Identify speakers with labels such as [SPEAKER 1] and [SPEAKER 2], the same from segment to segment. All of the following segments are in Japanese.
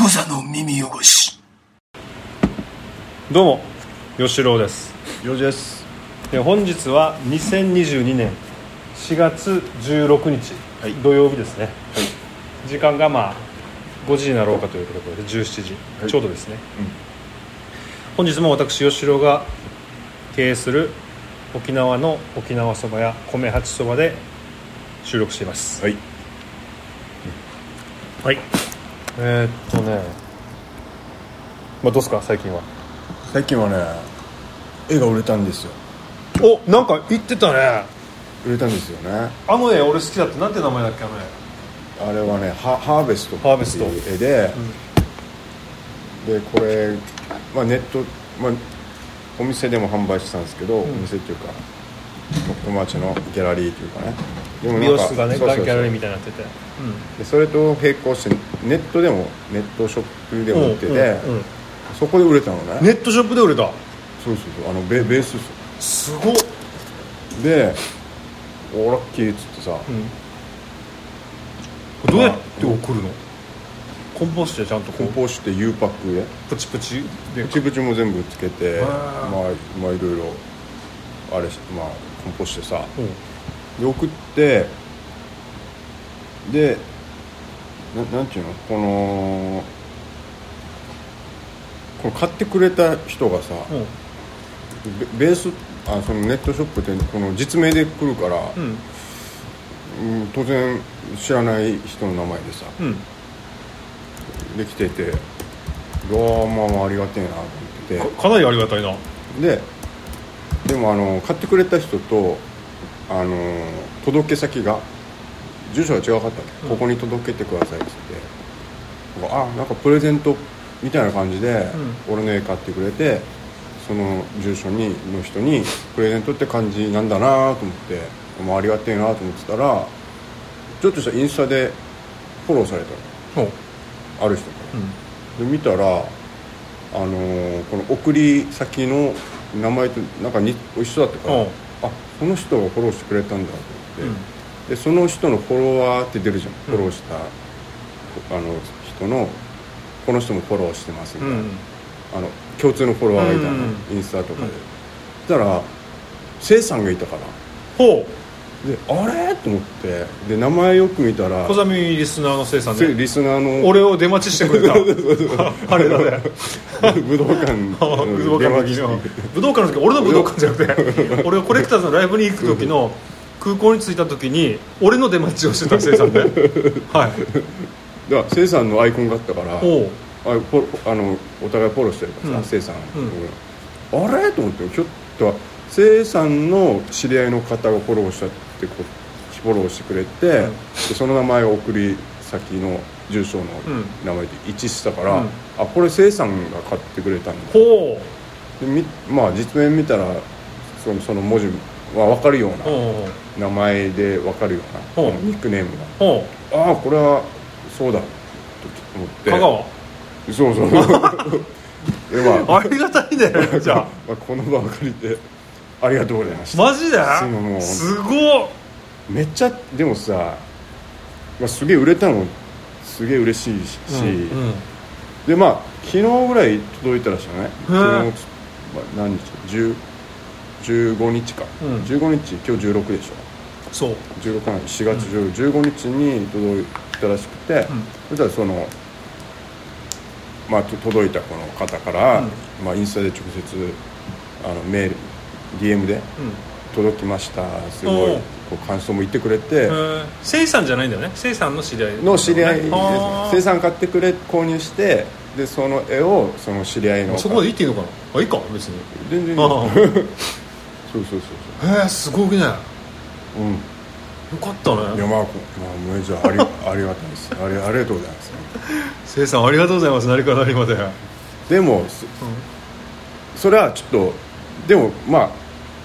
[SPEAKER 1] 無座の耳汚し
[SPEAKER 2] どうも吉郎です
[SPEAKER 3] よじです
[SPEAKER 2] で本日は2022年4月16日、
[SPEAKER 3] はい
[SPEAKER 2] 土曜日ですね、時間がまあ5時になろうかということで17時、
[SPEAKER 3] はい
[SPEAKER 2] ちょうどですね、本日も私吉郎が経営する沖縄の沖縄そばや米八そばで収録しています
[SPEAKER 3] はい
[SPEAKER 2] はいえー、っとねまあどうですか最近は
[SPEAKER 3] 最近はね絵が売れたんですよ
[SPEAKER 2] おなんか言ってたね
[SPEAKER 3] 売れたんですよね
[SPEAKER 2] あの絵俺好きだってなんて名前だっけあの絵
[SPEAKER 3] あれはねハハーベストって
[SPEAKER 2] ハーベスト
[SPEAKER 3] いう絵で、でこれ、まあ、ネット、まあ、お店でも販売してたんですけど、お店っていうか友達のギャラリーというかねでも
[SPEAKER 2] 美
[SPEAKER 3] なん
[SPEAKER 2] 容
[SPEAKER 3] か
[SPEAKER 2] 室がね
[SPEAKER 3] そうそうそう
[SPEAKER 2] ギャラリーみたいになってて、
[SPEAKER 3] でそれと並行してネットでもネットショップでも売ってて、
[SPEAKER 2] うんうん
[SPEAKER 3] そこで売れたのね
[SPEAKER 2] ネットショップで売れた
[SPEAKER 3] そうそうそうあのベベースですよ
[SPEAKER 2] すごっ、
[SPEAKER 3] でおラッキーっつってさ、
[SPEAKER 2] どうやって送るの梱包してちゃんとこ
[SPEAKER 3] 梱
[SPEAKER 2] う
[SPEAKER 3] 包して U パックで
[SPEAKER 2] プチプチで
[SPEAKER 3] プチプチも全部つけて
[SPEAKER 2] ー
[SPEAKER 3] まあまあいろいろあれしまあ梱包してさ
[SPEAKER 2] うん
[SPEAKER 3] で送ってでななんていうのこのこの買ってくれた人がさ、
[SPEAKER 2] うん
[SPEAKER 3] ベベースあそのネットショップってこの実名で来るから、
[SPEAKER 2] うん
[SPEAKER 3] うん当然知らない人の名前でさ
[SPEAKER 2] うん
[SPEAKER 3] できててどうもまあありがてえなと思ってて
[SPEAKER 2] かかなりありがたいな
[SPEAKER 3] ででもあの買ってくれた人とあの届け先が住所が違かったの、ここに届けてくださいっつってあなんかプレゼントみたいな感じで、俺の絵買ってくれてその住所にの人にプレゼントって感じなんだなと思って、まあ、ありがてえなと思ってたらちょっとしたインスタでフォローされた
[SPEAKER 2] うん
[SPEAKER 3] のある人から。で見たら、あのーこの送り先の名前となんかに一緒だったから、
[SPEAKER 2] うん
[SPEAKER 3] あこの人がフォローしてくれたんだと思って、でその人のフォロワーって出るじゃん、フォローしたあの人のこの人もフォローしてますみたいな、
[SPEAKER 2] うん
[SPEAKER 3] あの共通のフォロワーがいたの、
[SPEAKER 2] うん
[SPEAKER 3] インスタとかで、そしたらせいさんがいたから
[SPEAKER 2] ほ
[SPEAKER 3] であれと思ってで名前よく見た
[SPEAKER 2] う
[SPEAKER 3] ら
[SPEAKER 2] 小ざみリスナーのせいさん
[SPEAKER 3] せ
[SPEAKER 2] で
[SPEAKER 3] リスナーの
[SPEAKER 2] 俺を出待ちして くれたあれだね
[SPEAKER 3] 武道館
[SPEAKER 2] 武道館の時の武道館の時俺の武道館じゃなくて俺がコレクターズのライブに行く時の空港に着いた時に俺の出待ちをしてたせいさんではい
[SPEAKER 3] だからせいさんのアイコンがあったからあ
[SPEAKER 2] おう
[SPEAKER 3] ポあのお互いフォローしてるからさ、
[SPEAKER 2] うん
[SPEAKER 3] せいさん、あれと思ってひょっとせいさんの知り合いの方がフォローしたってこフォローしてくれて、
[SPEAKER 2] ん
[SPEAKER 3] でその名前を送り先の住所の
[SPEAKER 2] うん
[SPEAKER 3] 名前で一致したから、
[SPEAKER 2] うん
[SPEAKER 3] あこれせいさんが買ってくれたんだ
[SPEAKER 2] ほ
[SPEAKER 3] でみまあ実面見たらそのその文字は分かるような
[SPEAKER 2] うほう
[SPEAKER 3] 名前で分かるよう
[SPEAKER 2] う
[SPEAKER 3] なんニックネームが
[SPEAKER 2] ほ
[SPEAKER 3] ああこれはそうだと思っ
[SPEAKER 2] う
[SPEAKER 3] て
[SPEAKER 2] 香川
[SPEAKER 3] そうそう でまあ、ま
[SPEAKER 2] ありがたいねじゃあ
[SPEAKER 3] あ、この場を借りてありがとうございました
[SPEAKER 2] マジです
[SPEAKER 3] ごいもう
[SPEAKER 2] すごっ
[SPEAKER 3] めっちゃでもさ、まあ、すげえ売れたのすげえ嬉しいし、
[SPEAKER 2] うん
[SPEAKER 3] でまあ昨日ぐらい届いたらしいよね昨日、まあ、何日10 15日か、
[SPEAKER 2] うん
[SPEAKER 3] 15日今日16でしょ
[SPEAKER 2] そう
[SPEAKER 3] 16日4月15、日に届いたらしくて、そしたらその、まあ、と届いたこの方から、
[SPEAKER 2] うん
[SPEAKER 3] まあ、インスタで直接あのメール DM で「届きましたすごい
[SPEAKER 2] おう」
[SPEAKER 3] こう感想も言ってくれて、
[SPEAKER 2] うんせいさんじゃないんだよねせいさんの知り合い
[SPEAKER 3] の知り合いですね
[SPEAKER 2] あー
[SPEAKER 3] 生産買ってくれ購入してでその絵をその知り合いの
[SPEAKER 2] そこまで言っていいのかなあいいか別に
[SPEAKER 3] 全然いい
[SPEAKER 2] あ
[SPEAKER 3] よそう そうそう
[SPEAKER 2] へえすごいねよ
[SPEAKER 3] そううん
[SPEAKER 2] かった
[SPEAKER 3] いや
[SPEAKER 2] ね
[SPEAKER 3] まあこまあめちゃありありがたいですありありがとうございます
[SPEAKER 2] せいさんありがとうございます何から何まで
[SPEAKER 3] でも、そそれはちょっとでもまあ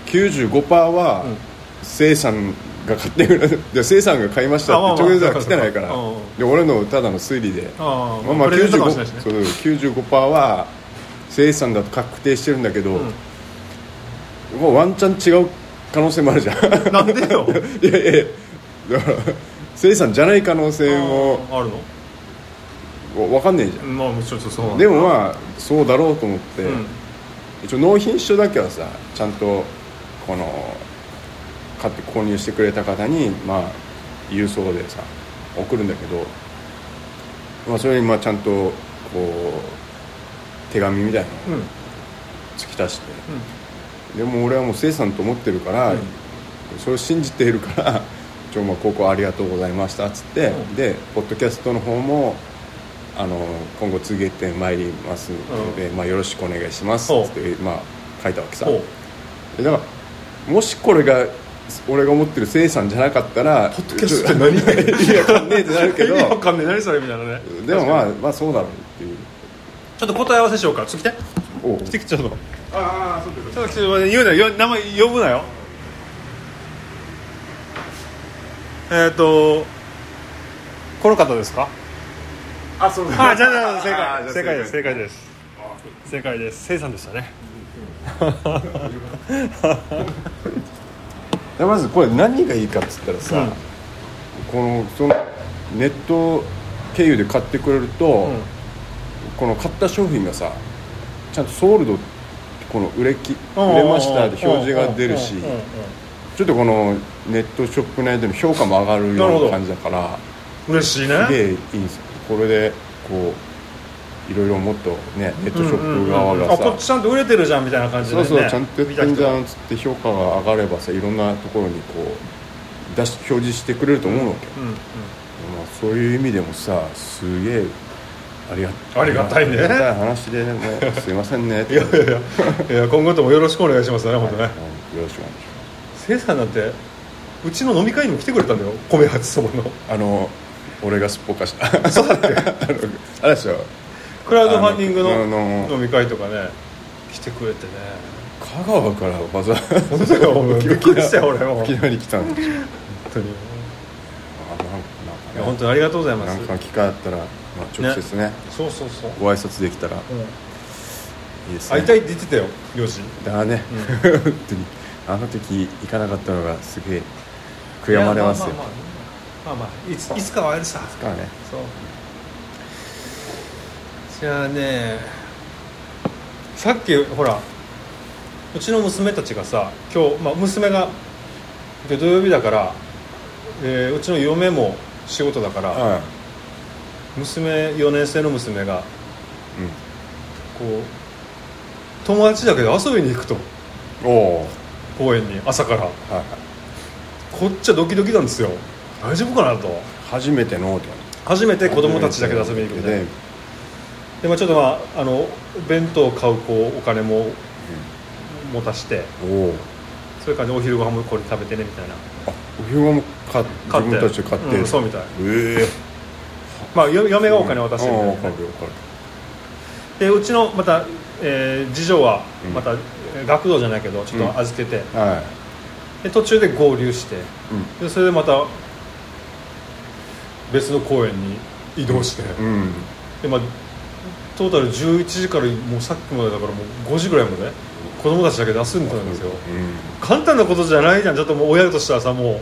[SPEAKER 3] 95%は
[SPEAKER 2] うん
[SPEAKER 3] 生さんが買ってくれ で生さんが買いました
[SPEAKER 2] あまあ
[SPEAKER 3] って
[SPEAKER 2] まあ
[SPEAKER 3] 直接は来てないから
[SPEAKER 2] そうかそうかうん
[SPEAKER 3] で俺のただの推理で
[SPEAKER 2] あー
[SPEAKER 3] まあまあ
[SPEAKER 2] プレゼントかもしれないし
[SPEAKER 3] 95%
[SPEAKER 2] ね
[SPEAKER 3] そう95%は生さんだと確定してるんだけど、もうワンチャン違う可能性もあるじゃん
[SPEAKER 2] なんでよ
[SPEAKER 3] いやいやいやだから生さんじゃない可能性も
[SPEAKER 2] あるの
[SPEAKER 3] わ分かんねえじゃん、
[SPEAKER 2] まあもちろんそうなんだ
[SPEAKER 3] でもまあそうだろうと思って、
[SPEAKER 2] うん
[SPEAKER 3] 一応納品書だけはさちゃんとこの買って購入してくれた方にまあ郵送でさ送るんだけど、まあ、それにまあちゃんとこう手紙みたいなのを
[SPEAKER 2] うんうん
[SPEAKER 3] 突き出して、でも俺はもう生産と思ってるから、
[SPEAKER 2] うん
[SPEAKER 3] それを信じているから「今日も高校ありがとうございました」っつって、
[SPEAKER 2] うん
[SPEAKER 3] でポッドキャストの方もあの今後続けてまいりますので、まあ、よろしくお願いしますっつって、まあ、書いたわけさ
[SPEAKER 2] おう
[SPEAKER 3] でだからもしこれが俺が思ってる生産じゃなかったら
[SPEAKER 2] ポッドキャストって何
[SPEAKER 3] いやわかんねえってなるけど
[SPEAKER 2] 意味わかんない何それみたいなね
[SPEAKER 3] でもまあ
[SPEAKER 2] 確かに
[SPEAKER 3] まあそうだろうっていう
[SPEAKER 2] ちょっと答え合わせしようかちょっと来て
[SPEAKER 3] おう
[SPEAKER 2] 来てちょっと
[SPEAKER 3] ああそうです
[SPEAKER 2] ちょっと来て言うなよ名前呼ぶなよえっ、ー、とこの方ですか
[SPEAKER 3] あそうだ
[SPEAKER 2] あじゃあじゃあ
[SPEAKER 3] あ
[SPEAKER 2] 正
[SPEAKER 3] じゃあ
[SPEAKER 2] 解正解です正解です正解ですせいさんでしたね
[SPEAKER 3] でまずこれ何がいいかっつったらさ、
[SPEAKER 2] うん
[SPEAKER 3] このそのネット経由で買ってくれると、
[SPEAKER 2] うん
[SPEAKER 3] この買った商品がさちゃんとソールドこの売れき売れましたって表示が出るし
[SPEAKER 2] うんうんうんうん
[SPEAKER 3] ちょっとこのネットショップ内での評価も上がる
[SPEAKER 2] なる
[SPEAKER 3] よ
[SPEAKER 2] ほ
[SPEAKER 3] う
[SPEAKER 2] ど
[SPEAKER 3] な感じだから
[SPEAKER 2] 嬉しいね
[SPEAKER 3] すげえいいんですよこれでこういろいろもっとねネットショップ側
[SPEAKER 2] うんうんうん
[SPEAKER 3] が
[SPEAKER 2] あこっ
[SPEAKER 3] さ
[SPEAKER 2] ちちゃんと売れてるじゃんみたいな感じで、
[SPEAKER 3] そう
[SPEAKER 2] ね、
[SPEAKER 3] そうちゃんとやってんじゃ
[SPEAKER 2] 見た人
[SPEAKER 3] んっつって評価が上がればさいろんなところにこう出し表示してくれると思うわけよ
[SPEAKER 2] うんうん
[SPEAKER 3] まあ、そういう意味でもさすげえありが
[SPEAKER 2] ありがたいね
[SPEAKER 3] ありがたい話でねもうすいませんねって
[SPEAKER 2] いやいやいやいや今後ともよろしくお願いしますね本当ね
[SPEAKER 3] うんよろしくお願いし
[SPEAKER 2] せいさんなんてうちの飲み会にも来てくれたんだよ米八そばの
[SPEAKER 3] ますあの俺がすっぽかしたそうだって あのあれですよ
[SPEAKER 2] クラウドファンディング
[SPEAKER 3] あのあ
[SPEAKER 2] の
[SPEAKER 3] の
[SPEAKER 2] 飲み会とかね来てくれてね
[SPEAKER 3] 香川からわざわざ
[SPEAKER 2] 本当だよ俺びっくりしたよ俺も
[SPEAKER 3] 沖縄に来たんで
[SPEAKER 2] 本当にい
[SPEAKER 3] あなんかなんかね
[SPEAKER 2] や本当にありがとうございま
[SPEAKER 3] なん
[SPEAKER 2] す
[SPEAKER 3] か機会あったら、まあ、直接ね
[SPEAKER 2] そうそうそう、
[SPEAKER 3] ご挨拶できたらい
[SPEAKER 2] うん
[SPEAKER 3] いですね
[SPEAKER 2] 会いたいって言ってたよ4時
[SPEAKER 3] だね、本当にあの時行かなかったのがすげえ悔やまれますよ
[SPEAKER 2] いやまあまあまあまあまあいついつかは会えるさ
[SPEAKER 3] だからね
[SPEAKER 2] そうじゃあねさっきほらうちの娘たちがさ今日、まあ、娘がで土曜日だから、えーうちの嫁も仕事だから、
[SPEAKER 3] は
[SPEAKER 2] 娘4年生の娘が
[SPEAKER 3] い、うん
[SPEAKER 2] こう友達だけど遊びに行くと
[SPEAKER 3] おお
[SPEAKER 2] 公園に朝から
[SPEAKER 3] ー、はい、
[SPEAKER 2] こっちはドキドキなんですよ大丈夫かなと
[SPEAKER 3] 初めての
[SPEAKER 2] 初めて子供たちだけで遊びに行くみたいなでまあちょっとまああの弁当を買うこうお金も持たして
[SPEAKER 3] おおー
[SPEAKER 2] それからねお昼ご飯もこれ食べてねみたいな
[SPEAKER 3] あお昼ご飯も買っ
[SPEAKER 2] 買っ
[SPEAKER 3] 自
[SPEAKER 2] て
[SPEAKER 3] 分たちで買って、
[SPEAKER 2] うんそうみたい
[SPEAKER 3] ええ
[SPEAKER 2] まあよ嫁がお金渡してみたいな
[SPEAKER 3] 分かる分かる
[SPEAKER 2] でうちのまた、えー次女は
[SPEAKER 3] うん
[SPEAKER 2] また、えー学童じゃないけどちょっ
[SPEAKER 3] うん
[SPEAKER 2] と預けて、
[SPEAKER 3] は
[SPEAKER 2] で途中で合流して
[SPEAKER 3] い
[SPEAKER 2] でそれでまた別の公園に移動して、
[SPEAKER 3] うん、うん、
[SPEAKER 2] でまあトータル11時からもうさっきまでだからもう5時ぐらいまで子供たちだけで遊んでたんです
[SPEAKER 3] う
[SPEAKER 2] よ、
[SPEAKER 3] ん
[SPEAKER 2] 簡単なことじゃないじゃんちょっともう親としたらさもう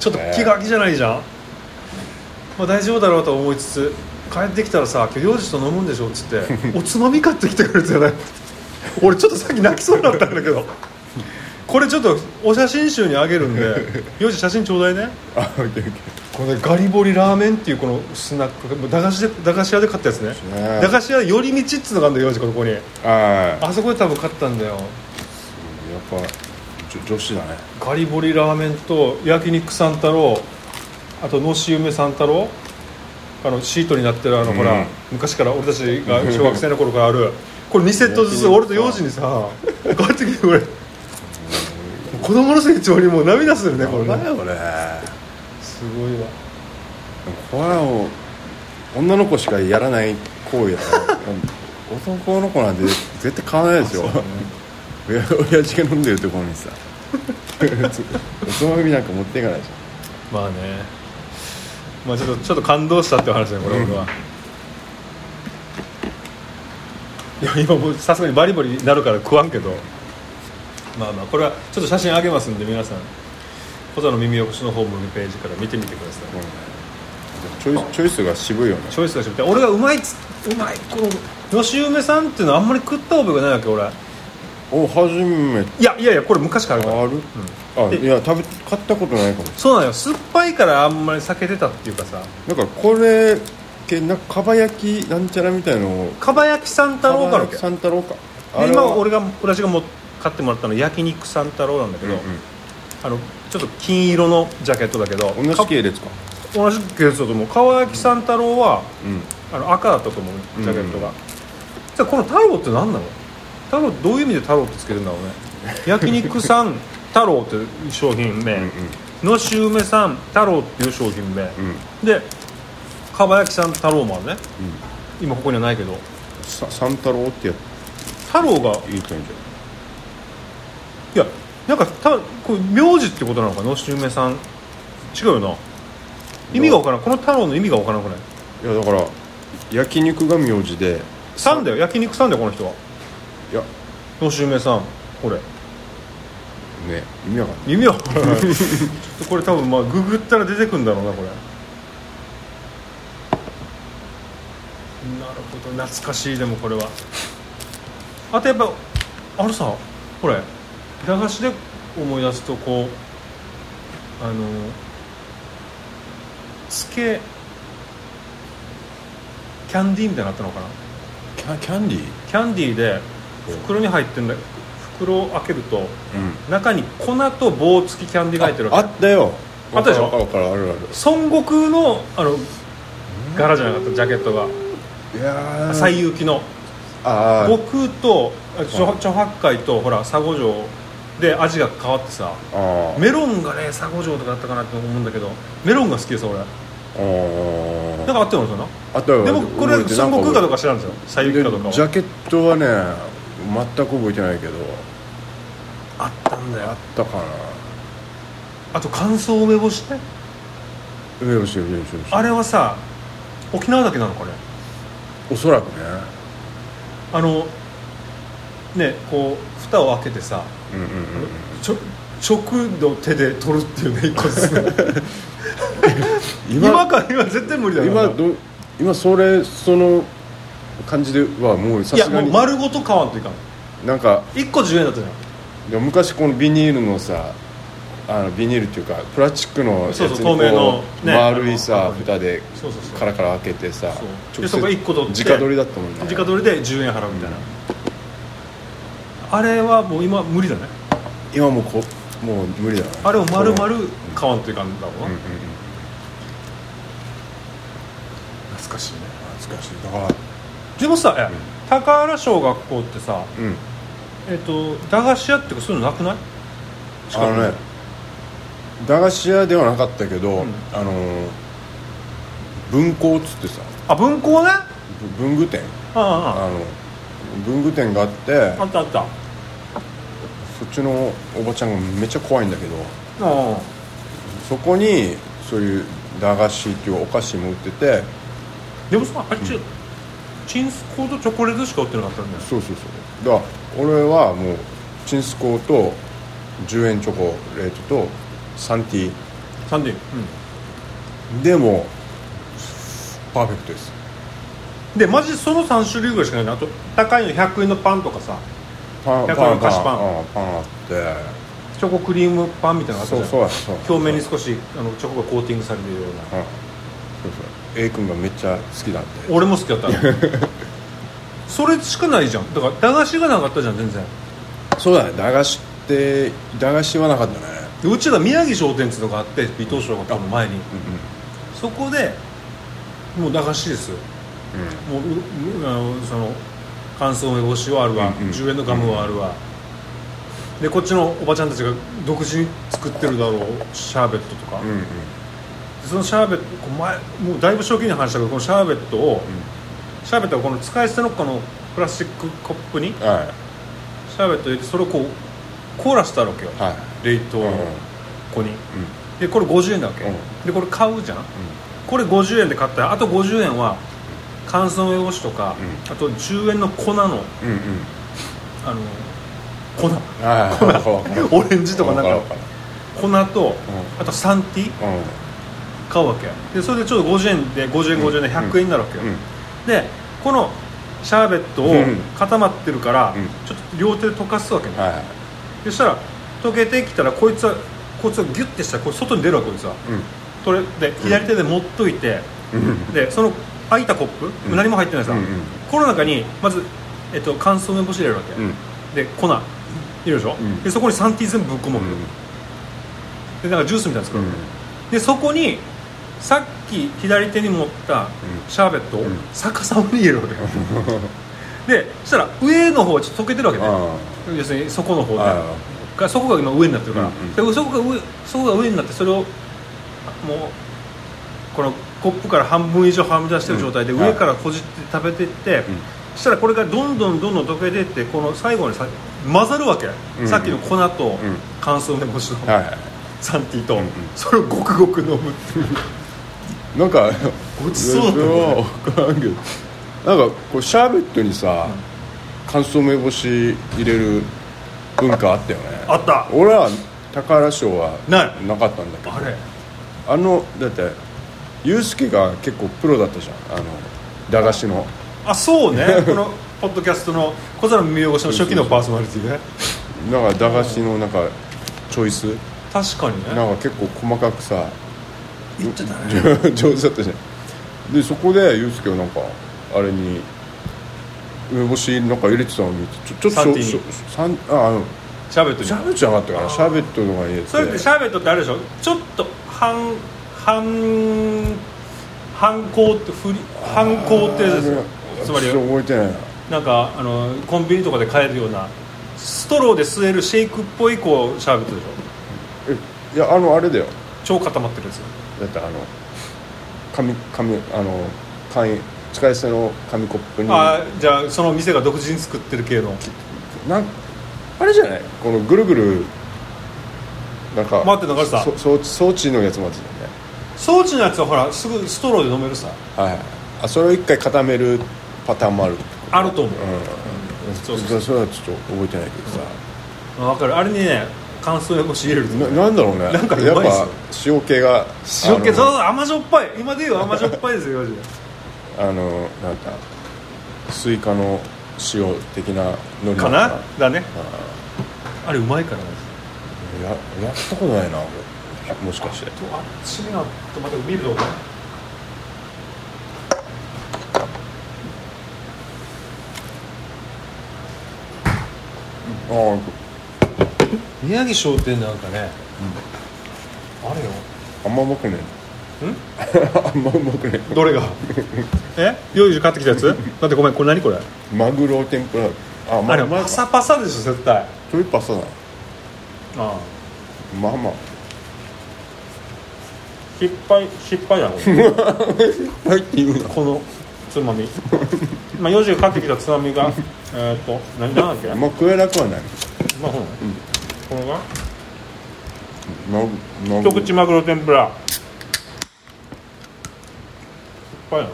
[SPEAKER 2] ちょっと気が気じゃないじゃん、まあ、大丈夫だろうと思いつつ帰ってきたらさ今日幼児と飲むんでしょっつっておつまみ買ってきてくれてね俺ちょっとさっき泣きそうになったんだけどこれちょっとお写真集にあげるんで幼児写真ちょうだいね
[SPEAKER 3] あオッケーオッケー
[SPEAKER 2] これガリボリラーメンっていうこのスナックもう駄菓子で駄菓子屋で買ったやつね
[SPEAKER 3] ね
[SPEAKER 2] 駄菓子屋寄り道っつうのがあるんだよ幼児ここに
[SPEAKER 3] はい
[SPEAKER 2] あそこで多分買ったんだよ
[SPEAKER 3] やっぱじょ女子だね
[SPEAKER 2] ガリボリラーメンと焼肉三太郎あとのし梅三太郎あのシートになってるあの、
[SPEAKER 3] うん
[SPEAKER 2] ほら昔から俺たちが小学生の頃からあるこれ2セットずつ
[SPEAKER 3] 焼肉
[SPEAKER 2] 俺と幼児にさ帰ってきてくれ子供の成長にもう涙するねこれ
[SPEAKER 3] やばい
[SPEAKER 2] ね
[SPEAKER 3] よね
[SPEAKER 2] すごいわ
[SPEAKER 3] これは女の子しかやらない行為だから男の子なんて絶対買わないですよ親親父が飲んでるところにさおつまみなんか持っていかないじ
[SPEAKER 2] まあねまあちょっとちょっと感動したっていう話だよこれ
[SPEAKER 3] うん
[SPEAKER 2] 俺は、いや今もうさすがにバリバリなるから食わんけどまあまあこれはちょっと写真あげますんで皆さん「小座の耳汚し」のホームページから見てみてください
[SPEAKER 3] ゃん、チョイスチョイスが渋いよね
[SPEAKER 2] チョイスがしみたい俺がうまいっつうまいこの吉梅さんっていうのはあんまり食った覚えがないわけ俺
[SPEAKER 3] お初めて
[SPEAKER 2] いやいやいやこれ昔からあるから
[SPEAKER 3] ある、あ
[SPEAKER 2] で
[SPEAKER 3] いや食べ買ったことないかも
[SPEAKER 2] そうなのよ酸っぱいからあんまり避けてたっていうかさ
[SPEAKER 3] なんかこれ系なんかかば焼きなんちゃらみたいのを
[SPEAKER 2] かば焼き三太郎か
[SPEAKER 3] か
[SPEAKER 2] ら
[SPEAKER 3] ば
[SPEAKER 2] け
[SPEAKER 3] 焼き三太郎か
[SPEAKER 2] で今俺
[SPEAKER 3] が
[SPEAKER 2] が私がもう買ってもらったのは焼肉三太郎なんだけど、あのちょっと金色のジャケットだけど
[SPEAKER 3] 同じ系列か
[SPEAKER 2] か同じ系列だと思うかば焼き三太郎は、
[SPEAKER 3] うん
[SPEAKER 2] あの赤だったと思うジャケットが、じゃあこの太郎って何なの太郎どういう意味で太郎ってつけるんだろう ね焼肉さん太郎っていう商品名、
[SPEAKER 3] うん
[SPEAKER 2] のし梅さん太郎っていう商品名、
[SPEAKER 3] うんうん
[SPEAKER 2] でかば焼きさん太郎もあるね今ここにはないけど
[SPEAKER 3] さ三太郎ってや
[SPEAKER 2] 太郎
[SPEAKER 3] 言
[SPEAKER 2] が
[SPEAKER 3] うといいんじ
[SPEAKER 2] いやなんかたこれ名字ってことなのかのし梅さん違うよな意味がわからんこの太郎の意味がわからなくない
[SPEAKER 3] ゃないいやだから焼肉が名字で
[SPEAKER 2] さんだよ焼肉さんだよこの人はい
[SPEAKER 3] や
[SPEAKER 2] のし梅さんこれ
[SPEAKER 3] ね意味わかんない
[SPEAKER 2] 意味わからないちょっとこれ多分まあググったら出てくんだろうなこれなるほど懐かしいでもこれはあとやっぱあのさこれ駄菓子で思い出すとこうあのつけキャンディーみたいなのあったのかな
[SPEAKER 3] キャキャンディー
[SPEAKER 2] キャンディーで袋に入ってるんだ袋を開けると中に粉と棒付きキャンディーが入ってる
[SPEAKER 3] あ
[SPEAKER 2] わけ
[SPEAKER 3] ったよ
[SPEAKER 2] あったでしょ
[SPEAKER 3] わかるわかるわかるある
[SPEAKER 2] 孫悟空のあの柄じゃなかったジャケットが
[SPEAKER 3] あるいやー
[SPEAKER 2] 西遊記の
[SPEAKER 3] あ
[SPEAKER 2] 悟
[SPEAKER 3] ー
[SPEAKER 2] 空とあちょ
[SPEAKER 3] はい
[SPEAKER 2] 猪八戒とほら佐五城で味が変わってさ
[SPEAKER 3] あー
[SPEAKER 2] メロンがね佐五城とかだったかなと思うんだけどメロンが好きです俺な
[SPEAKER 3] あ
[SPEAKER 2] ん
[SPEAKER 3] ー
[SPEAKER 2] かあってるのそんな
[SPEAKER 3] あったよ
[SPEAKER 2] でもこれ
[SPEAKER 3] 覚
[SPEAKER 2] 孫
[SPEAKER 3] えて
[SPEAKER 2] 悟空かどう
[SPEAKER 3] なん覚
[SPEAKER 2] か知らんですよ西
[SPEAKER 3] え
[SPEAKER 2] 遊
[SPEAKER 3] てる
[SPEAKER 2] 記かどうか
[SPEAKER 3] ジャ
[SPEAKER 2] は
[SPEAKER 3] ケットはね全く覚えてないけど
[SPEAKER 2] あったんだ
[SPEAKER 3] あ
[SPEAKER 2] よ
[SPEAKER 3] ったかな
[SPEAKER 2] あと乾燥梅干しね
[SPEAKER 3] 上をしてる上をしてる
[SPEAKER 2] あれはさ沖縄だけなのかね
[SPEAKER 3] おそらくね
[SPEAKER 2] あのねこう蓋を開けてさ
[SPEAKER 3] うんうんうん
[SPEAKER 2] ちょ直の手で取るっていうね一個ずつね今
[SPEAKER 3] 今
[SPEAKER 2] か今絶対無理だよ
[SPEAKER 3] 今ど今それその感じではもうさ
[SPEAKER 2] いや
[SPEAKER 3] す
[SPEAKER 2] も
[SPEAKER 3] が
[SPEAKER 2] う
[SPEAKER 3] に
[SPEAKER 2] 丸ごと買わんといかん
[SPEAKER 3] なんか
[SPEAKER 2] 1個10円だったじゃん
[SPEAKER 3] でも昔このビニールのさあのビニールっていうかプラスチックのやつ
[SPEAKER 2] そうそう
[SPEAKER 3] にこ
[SPEAKER 2] 透明のね
[SPEAKER 3] 丸い
[SPEAKER 2] あ
[SPEAKER 3] さ
[SPEAKER 2] の
[SPEAKER 3] 蓋で
[SPEAKER 2] そうそうそう
[SPEAKER 3] カラカラ開けてさ
[SPEAKER 2] そうで
[SPEAKER 3] 直接
[SPEAKER 2] そこ一個取って
[SPEAKER 3] 直取りだったもんね
[SPEAKER 2] 直取りで10円払うみたいな、あれはもう今無理だね
[SPEAKER 3] 今もうこもう無理だな
[SPEAKER 2] あれを丸
[SPEAKER 3] この
[SPEAKER 2] 々買わんといかんだもんな、
[SPEAKER 3] うんうんうん
[SPEAKER 2] 懐かしいね
[SPEAKER 3] 懐かしいだから
[SPEAKER 2] でもさ、え高原小学校ってさ
[SPEAKER 3] うん
[SPEAKER 2] えっ、と駄菓子屋っていうかそういうのなくない
[SPEAKER 3] あのね駄菓子屋ではなかったけど、
[SPEAKER 2] うん
[SPEAKER 3] あのー文庫っつってさ
[SPEAKER 2] あ文庫ねあ
[SPEAKER 3] ぶ文具店
[SPEAKER 2] あああ
[SPEAKER 3] あの文具店があって
[SPEAKER 2] あったあったあ
[SPEAKER 3] そっちのおばちゃんがめっちゃ怖いんだけど
[SPEAKER 2] あ
[SPEAKER 3] そこにそういう駄菓子っていうお菓子も売ってて
[SPEAKER 2] でもさあっち、チンスコーとチョコレートしか売ってなかったんだよ
[SPEAKER 3] そうそうそうだから俺はもうチンスコーと10円チョコレートとサンティ
[SPEAKER 2] サンディ
[SPEAKER 3] ーでもパーフェクトです
[SPEAKER 2] でマジでその3種類ぐらいしかないねあと高いの100円のパンとかさ
[SPEAKER 3] パン
[SPEAKER 2] 100円の菓子パン
[SPEAKER 3] うんパンあって
[SPEAKER 2] チョコクリームパンみたいなのあった
[SPEAKER 3] そ
[SPEAKER 2] じ
[SPEAKER 3] う
[SPEAKER 2] ゃん
[SPEAKER 3] そうそう
[SPEAKER 2] 表面に
[SPEAKER 3] そう
[SPEAKER 2] 少しあのチョコがコーティングされてるような
[SPEAKER 3] そう A 君がめっちゃ好きなんで
[SPEAKER 2] 俺も好きだった それしかないじゃんだから駄菓子がなかったじゃん全然
[SPEAKER 3] そうだね駄菓子って駄菓子はなかったね
[SPEAKER 2] でうちら宮城商店っていうのがあって伊東小学校の前に
[SPEAKER 3] う
[SPEAKER 2] そこでもう駄菓子ですよ
[SPEAKER 3] んうん
[SPEAKER 2] もうううあのその乾燥梅干しはあるわ、
[SPEAKER 3] うんうん
[SPEAKER 2] 10円のガムはあるわ、でこっちのおばちゃんたちが独自に作ってるだろうシャーベットとか、
[SPEAKER 3] うんうん
[SPEAKER 2] そのシャーベットこう前もうだいぶ初期の話だけどこのシャーベットを、シャーベットはこの使い捨てのこのプラスチックコップにシ
[SPEAKER 3] うんは
[SPEAKER 2] ャーベット入れてそれをこう凍らせたわけよ
[SPEAKER 3] いはい
[SPEAKER 2] 冷凍の子に、
[SPEAKER 3] ん
[SPEAKER 2] でこれ50円だわけ、
[SPEAKER 3] うん
[SPEAKER 2] でこれ買うじゃん、これ50円で買ったらあと50円は乾燥用紙とか、あと10円の粉の
[SPEAKER 3] うんうんうん
[SPEAKER 2] あの粉
[SPEAKER 3] はいはいはい
[SPEAKER 2] オレンジとかなんか
[SPEAKER 3] わかるわか
[SPEAKER 2] 粉と、
[SPEAKER 3] う
[SPEAKER 2] あとサンティ
[SPEAKER 3] るうん
[SPEAKER 2] 買うわけでそれでちょうど50円で50円50円で100円になるわけよ、
[SPEAKER 3] うん
[SPEAKER 2] でこのシャーベットを
[SPEAKER 3] うん
[SPEAKER 2] 固まってるから、
[SPEAKER 3] うん
[SPEAKER 2] ちょっと両手で溶かすわけね、
[SPEAKER 3] はいはい
[SPEAKER 2] そしたら溶けてきたらこいつはこいつがギュッてしたらこれ外に出るわこいつはそれで左手で持っといて、
[SPEAKER 3] うんうん
[SPEAKER 2] でその空いたコップ、
[SPEAKER 3] うん
[SPEAKER 2] 何も入ってないさ、
[SPEAKER 3] うんうん
[SPEAKER 2] この中にまず、えっと、乾燥梅干し入れるわけ、
[SPEAKER 3] うん
[SPEAKER 2] で粉入れるでしょ、
[SPEAKER 3] うん
[SPEAKER 2] でそこに3 t 全部ぶっ込むわけ、でなんかジュースみたいなの作
[SPEAKER 3] う
[SPEAKER 2] る
[SPEAKER 3] ん
[SPEAKER 2] わけ、でそこにさっき左手に持ったシャーベットを
[SPEAKER 3] うん
[SPEAKER 2] 逆さまに入れるわけ、でそしたら上の方はちょっと溶けてるわけね
[SPEAKER 3] あ
[SPEAKER 2] 要するにそこの方
[SPEAKER 3] あ
[SPEAKER 2] で
[SPEAKER 3] ああ
[SPEAKER 2] がそこが今上になってるから、
[SPEAKER 3] うんうん
[SPEAKER 2] でそこが上そこが上になってそれをもうこのコップから半分以上はみ出してる状態で
[SPEAKER 3] うん
[SPEAKER 2] 上からこじって食べてって、
[SPEAKER 3] うん
[SPEAKER 2] そしたらこれがどんどんどんどん溶けてってこの最後にさ混ざるわけ、
[SPEAKER 3] ん
[SPEAKER 2] さっきの粉と
[SPEAKER 3] ん
[SPEAKER 2] 乾燥梅干しの
[SPEAKER 3] はいは
[SPEAKER 2] サンティと、
[SPEAKER 3] うんうん
[SPEAKER 2] それをごくごく飲むっていう
[SPEAKER 3] いなんか
[SPEAKER 2] ごちそうだったね
[SPEAKER 3] は分からんけどなんかこうシャーベットにさ乾燥梅干し入れる文化あったよね
[SPEAKER 2] あった
[SPEAKER 3] 俺ら高原賞は
[SPEAKER 2] な
[SPEAKER 3] なかったんだけど
[SPEAKER 2] あれ
[SPEAKER 3] あのだってユースケが結構プロだったじゃんあの駄菓子の
[SPEAKER 2] あそ うねこのポッドキャストの小皿の見汚しの初期のパーソナリティね
[SPEAKER 3] なんか駄菓子のなんかチョイス
[SPEAKER 2] 確かにね
[SPEAKER 3] なんか結構細かくさ
[SPEAKER 2] 言ってたね
[SPEAKER 3] 上手だったじゃんでそこでユースケはなんかあれに梅干しなんか入れてたのにちょちょっと
[SPEAKER 2] サンティーに
[SPEAKER 3] しょサンああの
[SPEAKER 2] シャーベットに
[SPEAKER 3] シャーベットじゃなかったかなシャーベットとかに入れて
[SPEAKER 2] それってシャーベットってあれでしょちょっと半半半光って振り半光ってやつですよつまり
[SPEAKER 3] ちょっと覚えてないな
[SPEAKER 2] なんかあのコンビニとかで買えるようなストローで吸えるシェイクっぽいこうシャーベットでしょ
[SPEAKER 3] えいやあのあれだよ
[SPEAKER 2] 超固まってるやつ
[SPEAKER 3] だってあの紙紙あの簡易使い捨ての紙コップに
[SPEAKER 2] あーじゃあその店が独自に作ってる系の
[SPEAKER 3] なんあれじゃないこのぐるぐるなんか
[SPEAKER 2] 待って中西さん
[SPEAKER 3] そ装置装置のやつもあったじ
[SPEAKER 2] 装置のやつはほらすぐストローで飲めるさ
[SPEAKER 3] ゃんねはいあそれを一回固めるパターンもある
[SPEAKER 2] あると思う、
[SPEAKER 3] うん
[SPEAKER 2] そうそう
[SPEAKER 3] そそれはちょっと覚えてないけどさ、
[SPEAKER 2] まあわかるあれにね乾燥やこし入れるとね
[SPEAKER 3] ななんだろうね
[SPEAKER 2] なんかうまいっ
[SPEAKER 3] や
[SPEAKER 2] す
[SPEAKER 3] っ
[SPEAKER 2] よ
[SPEAKER 3] ぱ塩気が
[SPEAKER 2] 塩気
[SPEAKER 3] あの
[SPEAKER 2] そうそう甘じょっぱい今で言う甘じょっぱいですよマジで
[SPEAKER 3] あのなんかスイカの塩的なの
[SPEAKER 2] かなだねあれうまいからね
[SPEAKER 3] ややったことないな俺もしかして
[SPEAKER 2] とあっちにあとまた見るとこね
[SPEAKER 3] ああ
[SPEAKER 2] 宮城商店なんかね、あれよ
[SPEAKER 3] あんまうまくね
[SPEAKER 2] ん
[SPEAKER 3] え あんまうまくね
[SPEAKER 2] どれ がえヨイジ買ってきたやつだってごめんこれ何これ
[SPEAKER 3] えマグロ天ぷらあま
[SPEAKER 2] あれ
[SPEAKER 3] あまあ
[SPEAKER 2] パサパサでしょ絶対あ
[SPEAKER 3] ちょいパサだな
[SPEAKER 2] あ
[SPEAKER 3] まあまあ
[SPEAKER 2] 失敗失敗やろ
[SPEAKER 3] はいって言うな
[SPEAKER 2] このつまみまあヨイジが買ってきたつまみがえーっと何なんだっけま
[SPEAKER 3] まあ食えなくはない
[SPEAKER 2] あほらこれが
[SPEAKER 3] マグマグ
[SPEAKER 2] 一口マグロ天ぷら失敗やろ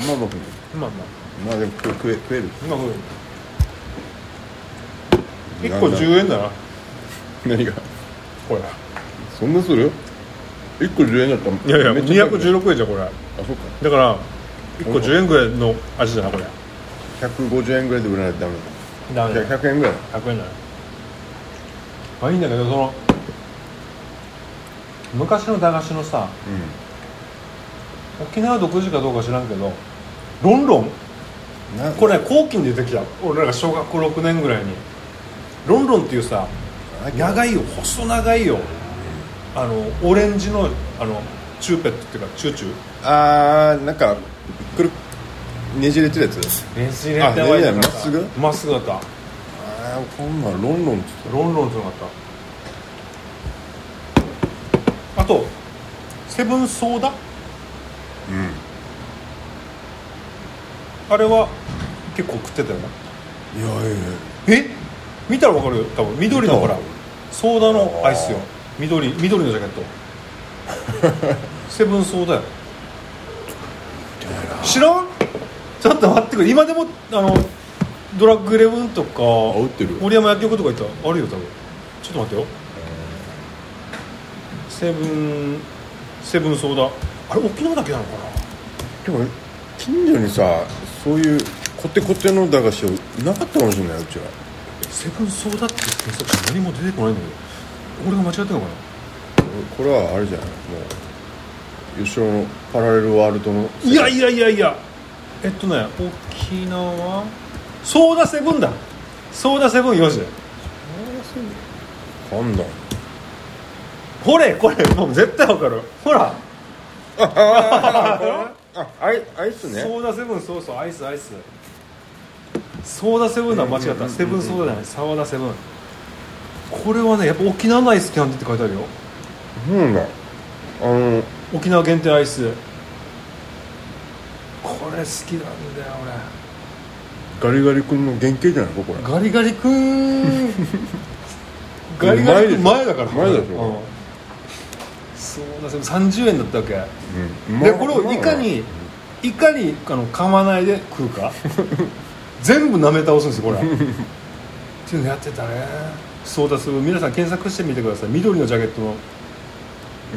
[SPEAKER 3] あんまうまくね
[SPEAKER 2] まあま
[SPEAKER 3] えま
[SPEAKER 2] あ
[SPEAKER 3] あでも食え食え食える
[SPEAKER 2] 今これ1個10円だな
[SPEAKER 3] 何が
[SPEAKER 2] これ
[SPEAKER 3] そんなする一個10円だったら
[SPEAKER 2] いやいや
[SPEAKER 3] めっちゃ高ね
[SPEAKER 2] 216円じゃんこれだ
[SPEAKER 3] あそっか
[SPEAKER 2] から1個10円ぐらいの味だなこれ
[SPEAKER 3] 150円ぐらいで売らないとダメ
[SPEAKER 2] ダ
[SPEAKER 3] だじゃあ100円ぐらい
[SPEAKER 2] 100円だねまあいいんだけどその昔の駄菓子のさ沖縄独自かどうか知らんけどロンロン
[SPEAKER 3] うんな
[SPEAKER 2] これね後期に出てきた俺らが小学校6年ぐらいにロンロンっていうさ長いよ細長いよあのオレンジのあのチューペットっていうかチューチュー
[SPEAKER 3] あーなんかくるねじれてるやつ
[SPEAKER 2] ねじれ
[SPEAKER 3] あ
[SPEAKER 2] てはいな
[SPEAKER 3] ねじれ
[SPEAKER 2] か
[SPEAKER 3] ないまっすぐ
[SPEAKER 2] まっすぐだった
[SPEAKER 3] ああこんなんロンロンっつって
[SPEAKER 2] ロンロンってなかったあとセブンソーダあれは結構食ってたよない
[SPEAKER 3] やいやいや
[SPEAKER 2] え見たらわかるよ多分緑のほら
[SPEAKER 3] 見たわ
[SPEAKER 2] ソーダのアイスよ緑緑のジャケットセブンソーダよ知らんちょっと待ってくれ今でもあのドラッグイレブンとか
[SPEAKER 3] 売ってる
[SPEAKER 2] 森山薬局とか行ったらあるよ多分ちょっと待ってよセブンセブンソーダあれ沖縄だけなのか
[SPEAKER 3] でも近所にさそういうこってこっての駄菓子をなかったかもしれないうちは
[SPEAKER 2] なセブンソーダって検索したら何も出てこないんだけど俺が間違ってんのかな
[SPEAKER 3] これはあれじゃないもう吉野のパラレルワールドの
[SPEAKER 2] いやいやいやいやえっとね沖縄ソーダセブンだソーダセブン4時だよ
[SPEAKER 3] なんだ
[SPEAKER 2] ほれこれもう絶対わかるほら
[SPEAKER 3] あアイアイスね
[SPEAKER 2] ソーダセブンそうそうアイスアイスソーダセブンだ間違っ
[SPEAKER 3] うんうんうんう
[SPEAKER 2] た
[SPEAKER 3] ん
[SPEAKER 2] セブンソーダじゃないサワダセブンこれはねやっぱ沖縄のアイスキャンディーって書いてあるよ
[SPEAKER 3] そうなんだあの
[SPEAKER 2] 沖縄限定アイスこれ好きなんだよ
[SPEAKER 3] ガリガリ君の原型じゃないかこれ
[SPEAKER 2] 俺ガリガリ 君ガリガリ君前だから
[SPEAKER 3] 前でしょ
[SPEAKER 2] うんそうだセブン30円だったわけ
[SPEAKER 3] うん
[SPEAKER 2] でこれをいかにいかにあの噛まないで食うか全部舐め倒すんですよこれっていうのやってたねそうだそう皆さん検索してみてください緑のジャケットの、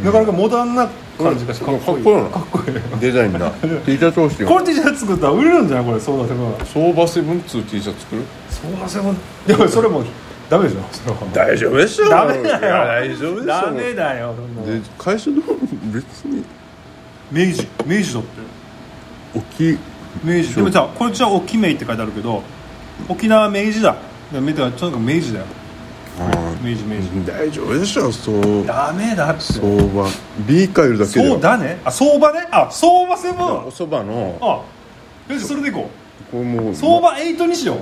[SPEAKER 2] なかなかモダンな感じがしてかっこいい、
[SPEAKER 3] うんか
[SPEAKER 2] かっこいい
[SPEAKER 3] デザイン だ T シャツ欲しいよ
[SPEAKER 2] これ T シャツ作ったら売れるんじゃないこれソーダセブンは
[SPEAKER 3] 相場セブンツー T シャツ作る
[SPEAKER 2] ソーダセブンでもそれもダメでしょそれは
[SPEAKER 3] 大丈夫でしょ
[SPEAKER 2] ダメだよ
[SPEAKER 3] いや大丈夫でしょ
[SPEAKER 2] ダメだよそんなの
[SPEAKER 3] で会社の別に
[SPEAKER 2] 明治明治だって
[SPEAKER 3] 大きい
[SPEAKER 2] 明治でもさこれじゃあ沖明って書いてあるけど沖縄明治だでも見たらとにかく明治だよ明治明治
[SPEAKER 3] 大丈夫でしょそう
[SPEAKER 2] ダメだってそう
[SPEAKER 3] 相場ビーカイルだけで
[SPEAKER 2] だねあ相場ねあ相場セブン
[SPEAKER 3] おそばの
[SPEAKER 2] あよしそれでいこ
[SPEAKER 3] こうもう
[SPEAKER 2] う相場エイトにしよう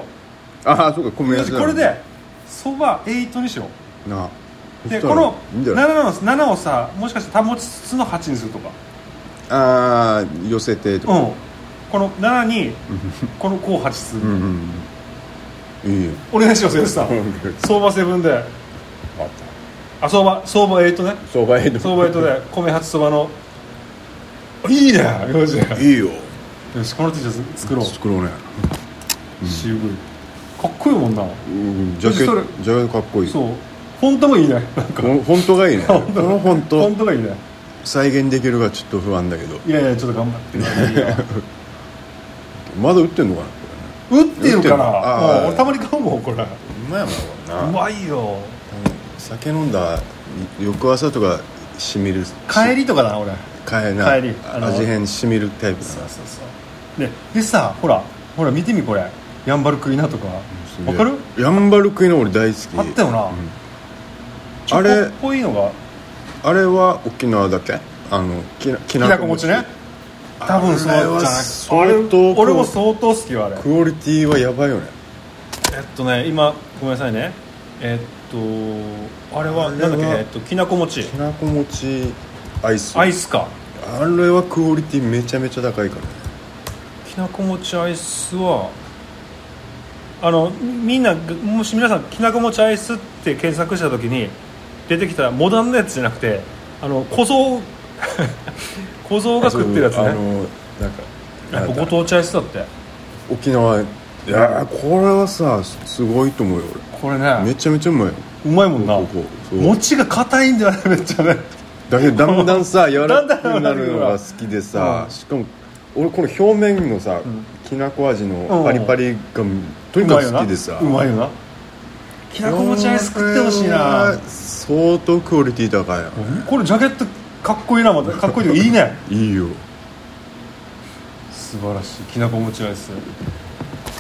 [SPEAKER 3] ああそうか米
[SPEAKER 2] よ
[SPEAKER 3] 安
[SPEAKER 2] し
[SPEAKER 3] だ
[SPEAKER 2] これで相場エイトにしよう
[SPEAKER 3] なあ
[SPEAKER 2] で
[SPEAKER 3] そ
[SPEAKER 2] こ
[SPEAKER 3] したら
[SPEAKER 2] の
[SPEAKER 3] いいんじゃ
[SPEAKER 2] 7
[SPEAKER 3] ない
[SPEAKER 2] の7をさもしかして保ちつつの8にするとか
[SPEAKER 3] ああ寄せてと
[SPEAKER 2] う
[SPEAKER 3] か
[SPEAKER 2] んこの7にこの5を8す
[SPEAKER 3] う
[SPEAKER 2] る
[SPEAKER 3] んうんいいよ
[SPEAKER 2] お願いしますよしさん
[SPEAKER 3] うん
[SPEAKER 2] 相場セブンで
[SPEAKER 3] あっ
[SPEAKER 2] あ相場相場エイトね
[SPEAKER 3] た相場への
[SPEAKER 2] 相場エイトで米初そばのいいねよしよ
[SPEAKER 3] いいよ
[SPEAKER 2] しこの T シャツ作ろう
[SPEAKER 3] 作ろうね
[SPEAKER 2] 渋いかっこいいもんな
[SPEAKER 3] うんジャケ
[SPEAKER 2] それ
[SPEAKER 3] ットジャケットかっこいい
[SPEAKER 2] そうフォントもいいねなんか
[SPEAKER 3] ほん本当が いいねこ
[SPEAKER 2] 当
[SPEAKER 3] の本
[SPEAKER 2] フォン
[SPEAKER 3] 当
[SPEAKER 2] トがいいね
[SPEAKER 3] 再現できるがちょっと不安だけど
[SPEAKER 2] いやいやちょっと頑張って
[SPEAKER 3] まだ売ってんのかなこ
[SPEAKER 2] 打ってるか
[SPEAKER 3] 打ってる
[SPEAKER 2] ら
[SPEAKER 3] あ
[SPEAKER 2] うん俺たまに買うもんこれう
[SPEAKER 3] れうまいやもんな
[SPEAKER 2] まいよ
[SPEAKER 3] 酒飲んだ翌朝とかしみる
[SPEAKER 2] 帰りとかだな俺
[SPEAKER 3] 変えな
[SPEAKER 2] 帰りあの
[SPEAKER 3] 味変しみるタイプだ
[SPEAKER 2] そ
[SPEAKER 3] な
[SPEAKER 2] うそうそうででさほらほら見てみこれヤンバルクイナとか
[SPEAKER 3] すげ
[SPEAKER 2] わ
[SPEAKER 3] え
[SPEAKER 2] かる
[SPEAKER 3] ヤンバルクイナ俺大好き
[SPEAKER 2] あったよなチ
[SPEAKER 3] あ
[SPEAKER 2] ョ
[SPEAKER 3] れ
[SPEAKER 2] コっぽいのが
[SPEAKER 3] あれは沖縄だけあのきなき
[SPEAKER 2] きなこ餅ね多分そうじゃな
[SPEAKER 3] あ
[SPEAKER 2] い
[SPEAKER 3] れは相当
[SPEAKER 2] 俺も相当好きよあれ
[SPEAKER 3] クオリティはやばいよね
[SPEAKER 2] えっとね今ごめんなさいねえっとあれはなんだっけ
[SPEAKER 3] あれは
[SPEAKER 2] えっときなこ餅
[SPEAKER 3] きなこ餅アイス
[SPEAKER 2] アイスか
[SPEAKER 3] あれはクオリティめちゃめちゃ高いからね
[SPEAKER 2] きなこ餅アイスはあのみんなもし皆さんきなこ餅アイスって検索した時に出てきたモダンなやつじゃなくてあの 小僧小僧が食ってるやつ
[SPEAKER 3] あ
[SPEAKER 2] ね
[SPEAKER 3] のなんか
[SPEAKER 2] やっ
[SPEAKER 3] な
[SPEAKER 2] ぱご
[SPEAKER 3] んか
[SPEAKER 2] 当地アイスだって
[SPEAKER 3] 沖縄いやーこれはさすごいと思うよ
[SPEAKER 2] これ
[SPEAKER 3] 俺め
[SPEAKER 2] ね
[SPEAKER 3] ちゃめちゃうまいよ
[SPEAKER 2] うまいもんな
[SPEAKER 3] ここそう
[SPEAKER 2] 餅が硬いんだよねめっちゃね
[SPEAKER 3] だ けどだんだんさ柔らか
[SPEAKER 2] だ
[SPEAKER 3] く
[SPEAKER 2] ん
[SPEAKER 3] な
[SPEAKER 2] だん柔らかくなる
[SPEAKER 3] るのが好きでさ
[SPEAKER 2] うん
[SPEAKER 3] しかも俺この表面のさ、きなこ味のパリパリがと
[SPEAKER 2] う
[SPEAKER 3] にか
[SPEAKER 2] まいよ
[SPEAKER 3] く
[SPEAKER 2] な
[SPEAKER 3] 好きでさ
[SPEAKER 2] うまいよなきなこ餅アイス食ってほしいな
[SPEAKER 3] 相当クオリティ高いな
[SPEAKER 2] これジャケットかっこいいなまたかっこいいというかいいね
[SPEAKER 3] いいよ
[SPEAKER 2] 素晴らしいきなこ餅アイス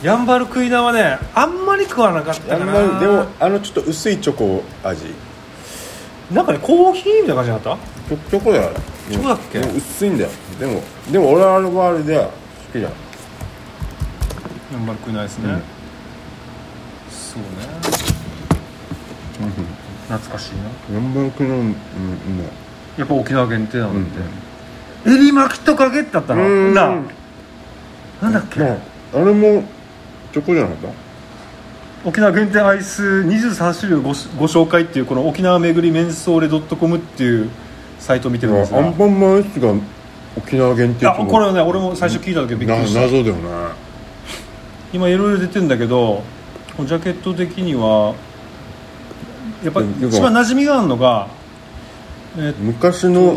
[SPEAKER 2] ヤンバルクイナはねあんまり食わなかった
[SPEAKER 3] あ
[SPEAKER 2] か
[SPEAKER 3] ん
[SPEAKER 2] な
[SPEAKER 3] までもあのちょっと薄いチョコ味
[SPEAKER 2] なんかねコーヒーみたいな感じだった
[SPEAKER 3] チョチョコだよ
[SPEAKER 2] チョコだっけ
[SPEAKER 3] でも薄いんだよでもでも俺はあれはあれで好きだよ
[SPEAKER 2] ヤンバルクイナアイスね、そうね懐かしいな
[SPEAKER 3] 南蛮くのうんう
[SPEAKER 2] やっぱ沖縄限定な
[SPEAKER 3] まい
[SPEAKER 2] のって、えり巻きとかゲットだったな
[SPEAKER 3] うん
[SPEAKER 2] ななんだっけ、
[SPEAKER 3] まああれもチョコじゃなかっ
[SPEAKER 2] 沖縄限定アイス23種類をごしご紹介っていうこの沖縄めぐりメンソーレ .com っていうサイトを見てるんです
[SPEAKER 3] た
[SPEAKER 2] が
[SPEAKER 3] アンパンマンアイスが沖縄限定って
[SPEAKER 2] い
[SPEAKER 3] いう
[SPEAKER 2] や
[SPEAKER 3] のも
[SPEAKER 2] これはね俺も最初聞いた時びっく
[SPEAKER 3] な
[SPEAKER 2] りした
[SPEAKER 3] 謎だよね
[SPEAKER 2] 今いろいろ出てんだけどジャケット的にはやっぱ
[SPEAKER 3] うん
[SPEAKER 2] 一番馴染みがあるのがえっ
[SPEAKER 3] 昔の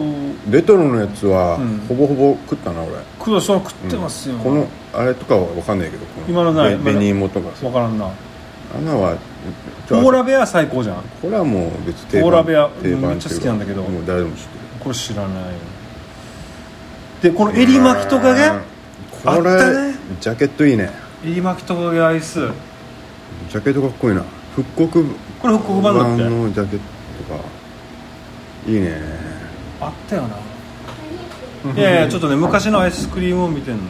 [SPEAKER 3] レトロのやつは、
[SPEAKER 2] うん
[SPEAKER 3] ほぼほぼ食ったな俺
[SPEAKER 2] と黒そう食ってますよ、
[SPEAKER 3] このあれとかは分かんないけどこ
[SPEAKER 2] 今のない
[SPEAKER 3] べ紅芋とか
[SPEAKER 2] 分からんな
[SPEAKER 3] あんなは
[SPEAKER 2] ポーラベア最高じゃん
[SPEAKER 3] これはもう別定番
[SPEAKER 2] コーラベア
[SPEAKER 3] 定番
[SPEAKER 2] めっちゃ好きなんだけど
[SPEAKER 3] っていうかもう誰でも知って
[SPEAKER 2] これ知らないでこの
[SPEAKER 3] る
[SPEAKER 2] エリ巻きとか
[SPEAKER 3] うん
[SPEAKER 2] が
[SPEAKER 3] これ
[SPEAKER 2] あったね
[SPEAKER 3] ジャケットいいね
[SPEAKER 2] エリ巻きとかがアイス
[SPEAKER 3] ジャケットかっこいいな復刻
[SPEAKER 2] これ復刻版だって
[SPEAKER 3] のジャケットかいいね
[SPEAKER 2] あったよないやいやちょっとね昔のアイスクリームを見てんのよ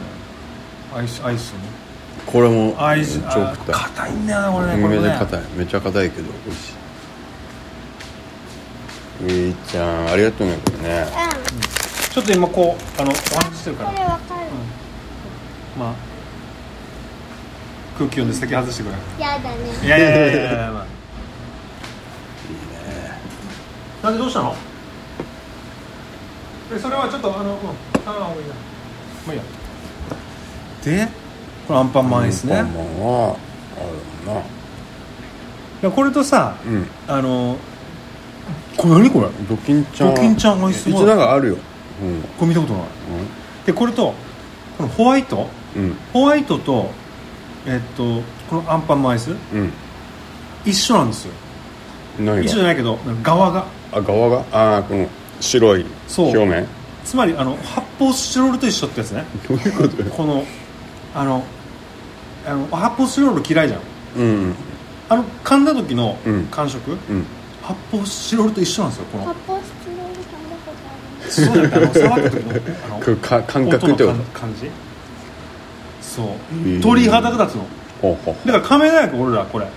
[SPEAKER 2] アイスアイスね
[SPEAKER 3] これも
[SPEAKER 2] アイス
[SPEAKER 3] 超
[SPEAKER 2] あ
[SPEAKER 3] 食った
[SPEAKER 2] 硬いんだよなこれねこ
[SPEAKER 3] め
[SPEAKER 2] れ
[SPEAKER 3] っちゃ
[SPEAKER 2] ね
[SPEAKER 3] 硬いめっちゃ硬いけど美味しいいいちゃんありがとうねこれね
[SPEAKER 2] ちょっと今こうあのお話ししてるか
[SPEAKER 1] こ
[SPEAKER 2] ら
[SPEAKER 1] れわかる
[SPEAKER 2] まあ空気読んで先外してくれ
[SPEAKER 1] やだね
[SPEAKER 2] いやいやいやいやいや、まあ、いいねなんでどうしたのえそれはちょっとあの、うん、ああもういいなもういいやでこのアンパンマンです
[SPEAKER 3] ア
[SPEAKER 2] ね
[SPEAKER 3] ンパンマンはあるない
[SPEAKER 2] やこれとさ
[SPEAKER 3] うん
[SPEAKER 2] あのこれ何これこ
[SPEAKER 3] ドキンちゃん
[SPEAKER 2] ドキンちゃんアイス
[SPEAKER 3] 一応なんかあるようん
[SPEAKER 2] れ見たことないでこれとこのホワイト
[SPEAKER 3] うん
[SPEAKER 2] ホワイトとえっとこのアンパンマンアイス
[SPEAKER 3] うん
[SPEAKER 2] 一緒なんですよ
[SPEAKER 3] うん何
[SPEAKER 2] 一緒じゃ
[SPEAKER 3] が
[SPEAKER 2] ないけど側が
[SPEAKER 3] あ側がああこの白い
[SPEAKER 2] そう
[SPEAKER 3] 表面
[SPEAKER 2] つまりあの発泡スチロールと一緒ってやつね
[SPEAKER 3] どういうことよ
[SPEAKER 2] このあのあの発泡スチロール嫌いじゃん
[SPEAKER 3] うん
[SPEAKER 2] あの噛んだ時の
[SPEAKER 3] うん
[SPEAKER 2] 感触、
[SPEAKER 3] うん
[SPEAKER 2] 発泡スチロールと一緒なんですよこの
[SPEAKER 1] 発泡スチロール食べたことある
[SPEAKER 2] そうだねあの触った時のあの
[SPEAKER 3] こうか感覚って
[SPEAKER 2] 音
[SPEAKER 3] こ
[SPEAKER 2] の
[SPEAKER 3] と
[SPEAKER 2] 感感じそう
[SPEAKER 3] ー
[SPEAKER 2] 鳥肌が立つの
[SPEAKER 3] ほうほう
[SPEAKER 2] だから亀大学俺らこれ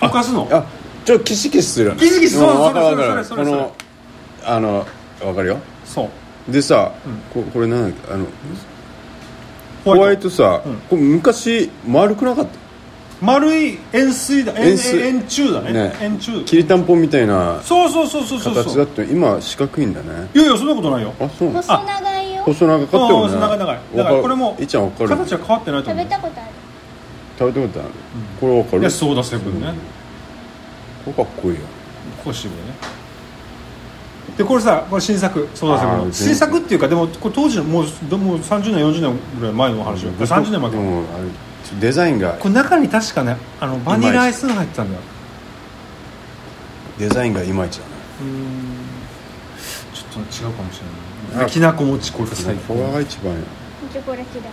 [SPEAKER 2] 溶かすの
[SPEAKER 3] あちょっとキシキシするよね
[SPEAKER 2] キシキシそう
[SPEAKER 3] うんわかる
[SPEAKER 2] それ
[SPEAKER 3] わかる
[SPEAKER 2] それそれ
[SPEAKER 3] こ
[SPEAKER 2] そ
[SPEAKER 3] の
[SPEAKER 2] れ
[SPEAKER 3] あのわかるよ
[SPEAKER 2] そう
[SPEAKER 3] でさ
[SPEAKER 2] うん
[SPEAKER 3] ここれなんだっけあのホワイトさ
[SPEAKER 2] うん
[SPEAKER 3] これ昔丸くなかっ
[SPEAKER 2] 丸い円錐だ円
[SPEAKER 3] 円錐
[SPEAKER 2] 円柱だね
[SPEAKER 3] ね
[SPEAKER 2] 円柱
[SPEAKER 3] たきりたんぽみたいな
[SPEAKER 2] そうそうそうそうそう
[SPEAKER 3] 形
[SPEAKER 2] そ
[SPEAKER 3] だ
[SPEAKER 2] う
[SPEAKER 3] って今四角いんだね
[SPEAKER 2] いやいやそんなことないよ
[SPEAKER 3] あそうなの
[SPEAKER 1] 細長いよ
[SPEAKER 3] 細長かったよね
[SPEAKER 2] うん長い長いだからこれも
[SPEAKER 3] いちゃんわかる
[SPEAKER 2] 形は変わってないと
[SPEAKER 1] 食
[SPEAKER 2] 思
[SPEAKER 1] べ
[SPEAKER 2] う
[SPEAKER 1] たことあ
[SPEAKER 3] 食べ
[SPEAKER 1] る
[SPEAKER 3] たことあるこれわか
[SPEAKER 2] い
[SPEAKER 3] る
[SPEAKER 2] やソーダセブンね、
[SPEAKER 3] これかっこいいよ
[SPEAKER 2] これ渋いねでこれさこれ新作ソーダセブン
[SPEAKER 3] あー
[SPEAKER 2] の新作っていうかでもこれ当時のもうどもう30年40年ぐらい前の話よ、30年前か、
[SPEAKER 3] うんあれデザインが
[SPEAKER 2] これ中に確かねあのバニラアイスが入ってたんだよ
[SPEAKER 3] デザインがいまいちだ
[SPEAKER 2] うーんちょっと違うかもしれない
[SPEAKER 3] あ
[SPEAKER 2] きなこ餅これ最
[SPEAKER 3] ね
[SPEAKER 2] 高
[SPEAKER 3] これが一番や
[SPEAKER 1] チョコレートだ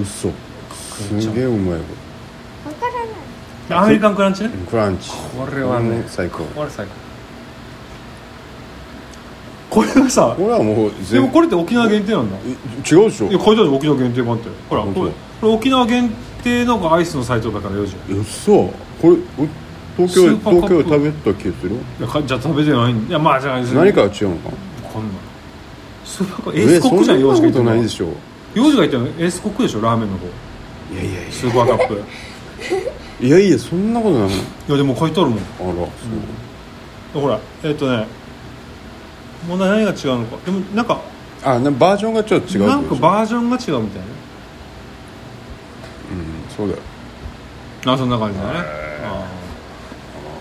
[SPEAKER 3] 嘘すげえうまいよ
[SPEAKER 1] わからない
[SPEAKER 2] アメリカンクランチね
[SPEAKER 3] クランチ
[SPEAKER 2] これはね
[SPEAKER 3] こ最高
[SPEAKER 2] これ最高これはさ
[SPEAKER 3] これはもう
[SPEAKER 2] で
[SPEAKER 3] 全
[SPEAKER 2] もこれって沖縄限定なんだ
[SPEAKER 3] え違うでしょ
[SPEAKER 2] いや書いてある沖縄限定版ってほらこ
[SPEAKER 3] 本当
[SPEAKER 2] れ
[SPEAKER 3] だ
[SPEAKER 2] これ沖縄限定のアイスのサイトだからよじゃん
[SPEAKER 3] 嘘これお東京
[SPEAKER 2] スーパーカ
[SPEAKER 3] 東
[SPEAKER 2] ップ
[SPEAKER 3] 京食べた気がするよ
[SPEAKER 2] いやかじゃあ食べてないんいやまあじゃあ
[SPEAKER 3] 何かが違うのか
[SPEAKER 2] こんなんスーパーコエースコックじゃん
[SPEAKER 3] えそ
[SPEAKER 2] 幼
[SPEAKER 3] んな
[SPEAKER 2] 児が
[SPEAKER 3] こ
[SPEAKER 2] 言って
[SPEAKER 3] と
[SPEAKER 2] るの
[SPEAKER 3] ない
[SPEAKER 2] は
[SPEAKER 3] でしょ
[SPEAKER 2] 幼児が言ってるのエースコックでしょラーメン の方
[SPEAKER 3] いやいやい
[SPEAKER 2] スーパーカップい
[SPEAKER 3] やいやいやそんなことない
[SPEAKER 2] やでも書いてあるもん
[SPEAKER 3] あらそう
[SPEAKER 2] ほらえっ、とね問題何が違うのかでもなんか
[SPEAKER 3] あなバージョンがちょっと違う
[SPEAKER 2] なんか
[SPEAKER 3] ー
[SPEAKER 2] バージョンが違うみたい
[SPEAKER 3] うんそうだよ
[SPEAKER 2] なあそんな感じだねあ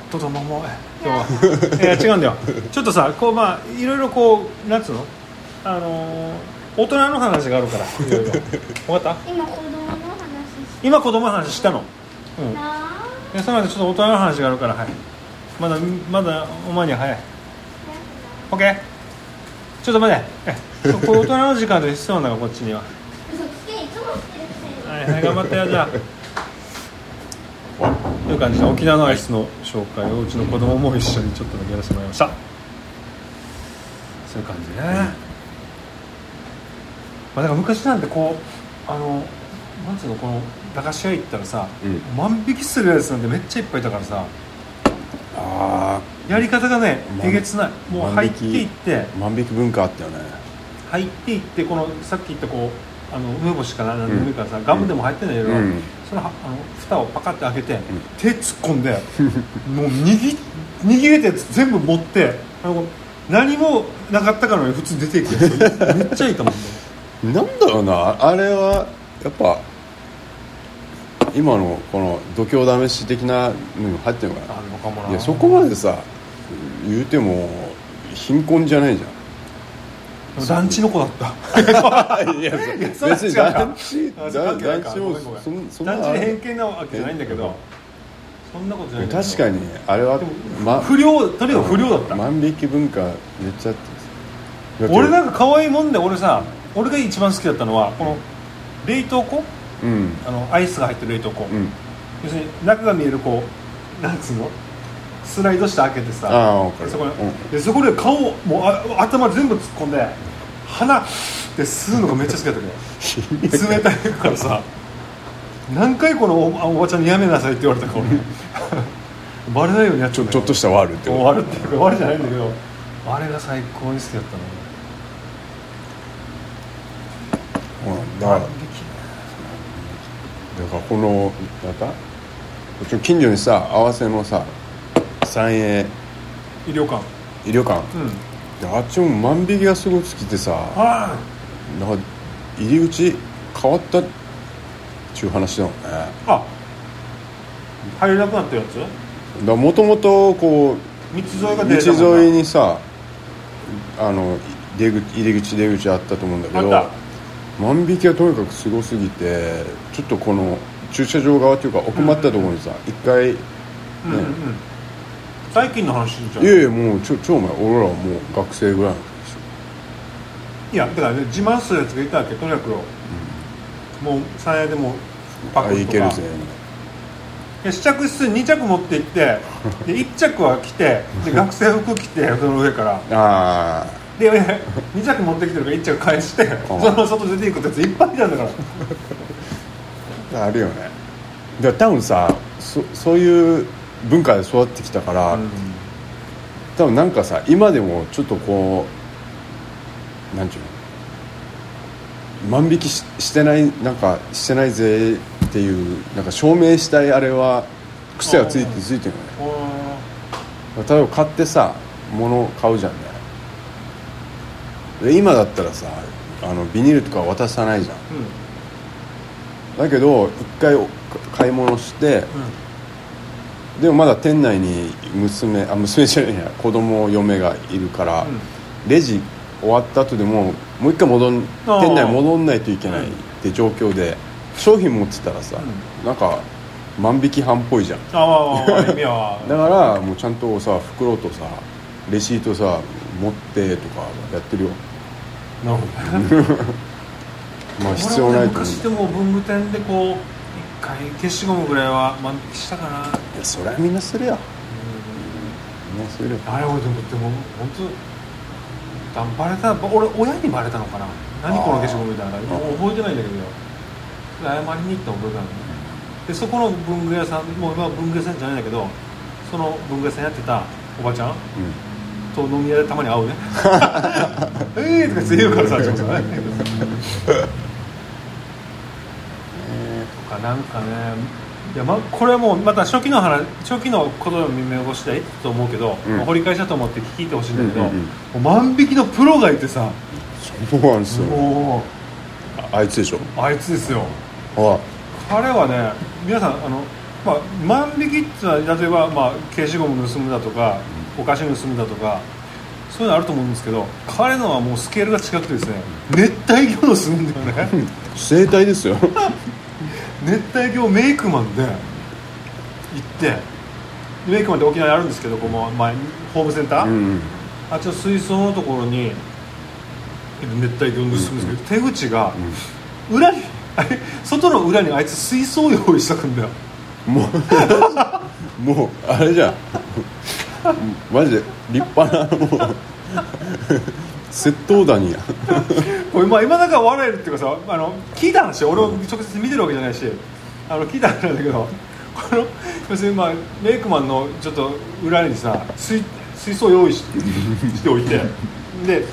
[SPEAKER 2] ーととももえ今日はいや違うんだよちょっとさこうまあいろいろこうなんつうのあのー大人の話があるからいろいろ分かった
[SPEAKER 1] 今子供の話し
[SPEAKER 2] 今子供の話したのうん
[SPEAKER 1] た
[SPEAKER 2] いやその後ちょっと大人の話があるからはいまだまだお前には早い OK ちょっと待てえこれ大人の時間で必要なんだからこっちには
[SPEAKER 1] 嘘つけいつもしてるくせに
[SPEAKER 2] はいはい頑張ってよじゃあという感じで沖縄のアイスの紹介をうちの子供も一緒にちょっとだけやらせてもらいましたそういう感じね、まあ、だから昔なんてこうあのなんつうのこの駄菓子屋行ったらさ、
[SPEAKER 3] う
[SPEAKER 2] 万引きするやつなんてめっちゃいっぱいいたからさ
[SPEAKER 3] あ
[SPEAKER 2] やり方がね
[SPEAKER 3] 万
[SPEAKER 2] えげつないもう
[SPEAKER 3] 万
[SPEAKER 2] 入っ
[SPEAKER 3] 引
[SPEAKER 2] て
[SPEAKER 3] き
[SPEAKER 2] いって
[SPEAKER 3] あ万引き文化あったよね
[SPEAKER 2] 入っていってこのさっき言ったこうあの梅干しかな何でもいいからさ、
[SPEAKER 3] ん
[SPEAKER 2] ガムでも入ってんだけど、
[SPEAKER 3] うん
[SPEAKER 2] そのはあの蓋をパカッて開けて、手突っ込 んでもう握握れたやつ全部持ってあの何もなかったかのように普通に出ていくやつめっちゃいいと思うんだよ
[SPEAKER 3] なんだろうなあれはやっぱ今のこの度胸試し的なのにも入ってるのか
[SPEAKER 2] あのかも
[SPEAKER 3] な
[SPEAKER 2] ない
[SPEAKER 3] やそこまでさ言うても貧困じゃないじゃん
[SPEAKER 2] でも団地の子だった
[SPEAKER 3] いや
[SPEAKER 2] そ
[SPEAKER 3] 別に
[SPEAKER 2] それは違うか
[SPEAKER 3] 団地
[SPEAKER 2] あ
[SPEAKER 3] 団
[SPEAKER 2] そう関係な
[SPEAKER 3] 団
[SPEAKER 2] いか
[SPEAKER 3] 地
[SPEAKER 2] ごめんご
[SPEAKER 3] も
[SPEAKER 2] めん
[SPEAKER 3] そんそん
[SPEAKER 2] 団
[SPEAKER 3] な
[SPEAKER 2] 地に偏見なわけじゃないんだけどそんなことじゃないんだけど
[SPEAKER 3] 確かにあれは
[SPEAKER 2] でも
[SPEAKER 3] ま
[SPEAKER 2] 不良とにかく不良だった、
[SPEAKER 3] 万引き文化めっちゃあってだけど
[SPEAKER 2] 俺なんか可愛いもんで俺さ俺が一番好きだったのはこの冷凍庫
[SPEAKER 3] うん
[SPEAKER 2] あのアイスが入ってる冷凍庫、
[SPEAKER 3] うん
[SPEAKER 2] 要するに中が見えるこうなんつうのスライドして開けてさ
[SPEAKER 3] ああ分かる
[SPEAKER 2] そこに
[SPEAKER 3] う
[SPEAKER 2] でそこで顔をもうあ頭全部突っ込んで鼻で吸うのがめっちゃ好きだった けど冷たいからさ何回このおおばちゃんにやめなさいって言われたか俺 バレないようにやっち
[SPEAKER 3] ち
[SPEAKER 2] ゃ
[SPEAKER 3] ょ
[SPEAKER 2] うんだ
[SPEAKER 3] ちょ
[SPEAKER 2] よ
[SPEAKER 3] っとしたワールって
[SPEAKER 2] 終
[SPEAKER 3] こ
[SPEAKER 2] わるっていうか終わるじゃないんだけどあれが最高に好きだったの
[SPEAKER 3] とうんだからだからこのなんかちょ近所にさ合わせのさ三栄
[SPEAKER 2] 医療館
[SPEAKER 3] 医療館
[SPEAKER 2] うん
[SPEAKER 3] であっちも万引きがすごく好きでさ
[SPEAKER 2] あ
[SPEAKER 3] なんか入り口変わったっちゅう話だもんねだか
[SPEAKER 2] あ入れなくなったやつ
[SPEAKER 3] らもともとこう
[SPEAKER 2] 道沿いが出たもんな
[SPEAKER 3] 道沿いにさあの出口入り口出口あったと思うんだけど
[SPEAKER 2] あっ
[SPEAKER 3] 万引きはとにかくすごすぎてちょっとこの駐車場側というか奥まったところにさ一、回
[SPEAKER 2] うんうんうん最近の話じゃん
[SPEAKER 3] いやいやもうちょ超前俺らはもう学生ぐらいの時でし
[SPEAKER 2] いやだからね自慢するやつがいたわけとにかく、もう最大でも
[SPEAKER 3] ょ
[SPEAKER 2] パ
[SPEAKER 3] あ
[SPEAKER 2] ク
[SPEAKER 3] い
[SPEAKER 2] ッ
[SPEAKER 3] け
[SPEAKER 2] と
[SPEAKER 3] る
[SPEAKER 2] か
[SPEAKER 3] ぜ
[SPEAKER 2] で試着室に2着持って行ってで1着は着てで学生服着てその上から
[SPEAKER 3] ああ
[SPEAKER 2] で2着持ってきてるから1着返してその外出ていくってやついっぱいいたんだから
[SPEAKER 3] あるよねだから多分さそそういう文化で育ってきたから、多分なんかさ今でもちょっとこうなんちゅうの万引きししてないなんかしてないぜっていうなんか証明したいあれは癖がつい
[SPEAKER 2] あ
[SPEAKER 3] て
[SPEAKER 2] ー
[SPEAKER 3] ついてるよね
[SPEAKER 2] お
[SPEAKER 3] 例えば買ってさ物を買うじゃんねで今だったらさあのビニールとか渡さないじゃん
[SPEAKER 2] ーうん
[SPEAKER 3] だけど一回お買い物して
[SPEAKER 2] う
[SPEAKER 3] でもまだ店内に娘あ娘じゃないや子供嫁がいるから、
[SPEAKER 2] んうん
[SPEAKER 3] レジ終わった後でももう一回戻ん
[SPEAKER 2] あー
[SPEAKER 3] 店内戻んないといけないって状況で商品持ってたらさ、
[SPEAKER 2] う
[SPEAKER 3] なんか万引き犯っぽいじゃん
[SPEAKER 2] ああ意味は
[SPEAKER 3] だからもうちゃんとさ袋とさレシートさ持ってとかやってるよ
[SPEAKER 2] なるほどね
[SPEAKER 3] まあ必要ないと思う
[SPEAKER 2] 昔でも文具店でこう一回消しゴムぐらいは満喫したかな、
[SPEAKER 3] いやそれはみんなするよみんなするよ
[SPEAKER 2] あれ俺でもでも本当だバレた俺親にバレたのかな何この消しゴムみたいな
[SPEAKER 3] あ
[SPEAKER 2] もう覚えてないんだけど謝りに行った覚えがあるのねでそこの文具屋さんもう今は文具屋さんじゃないんだけどその文具屋さんやってたおばちゃんと飲み屋でたまに会 うね「ええ!」とか言って言うからさちょっとねとかなんかねいやま、これはもうまた初期の話初期のことを見起こしたいと思うけど、
[SPEAKER 3] うん
[SPEAKER 2] 掘り返したと思って聞いてほしいんだけど、
[SPEAKER 3] うんうん
[SPEAKER 2] もう万引きのプロがいてさ
[SPEAKER 3] うんそうなんですよ
[SPEAKER 2] も
[SPEAKER 3] ああいつでしょ
[SPEAKER 2] うあいつですよ
[SPEAKER 3] あ
[SPEAKER 2] 彼はね皆さんあの、まあ、万引きっていうのは例えば、まあ、消しゴム盗むだとかお菓子盗むだとかそういうのあると思うんですけど彼のはもうスケールが違くてですね熱帯魚の盗むんだよね
[SPEAKER 3] 生態ですよ
[SPEAKER 2] 熱帯魚メイクマンで行ってメイクマンって沖縄にあるんですけどこの前ホームセンター、
[SPEAKER 3] うんうん
[SPEAKER 2] あっちの水槽のところに熱帯魚を盗むんですけど、手口が裏にあれ外の裏にあいつ水槽を用意したくんだよ
[SPEAKER 3] もうもうあれじゃん マジで立派なもう 窃盗団や
[SPEAKER 2] これまあ今だから笑えるっていうかさあの聞いた話俺を直接見てるわけじゃないしあの聞いた話なんだけどこの要するにまあメイクマンのちょっと裏にさ水水槽用意ししておいてで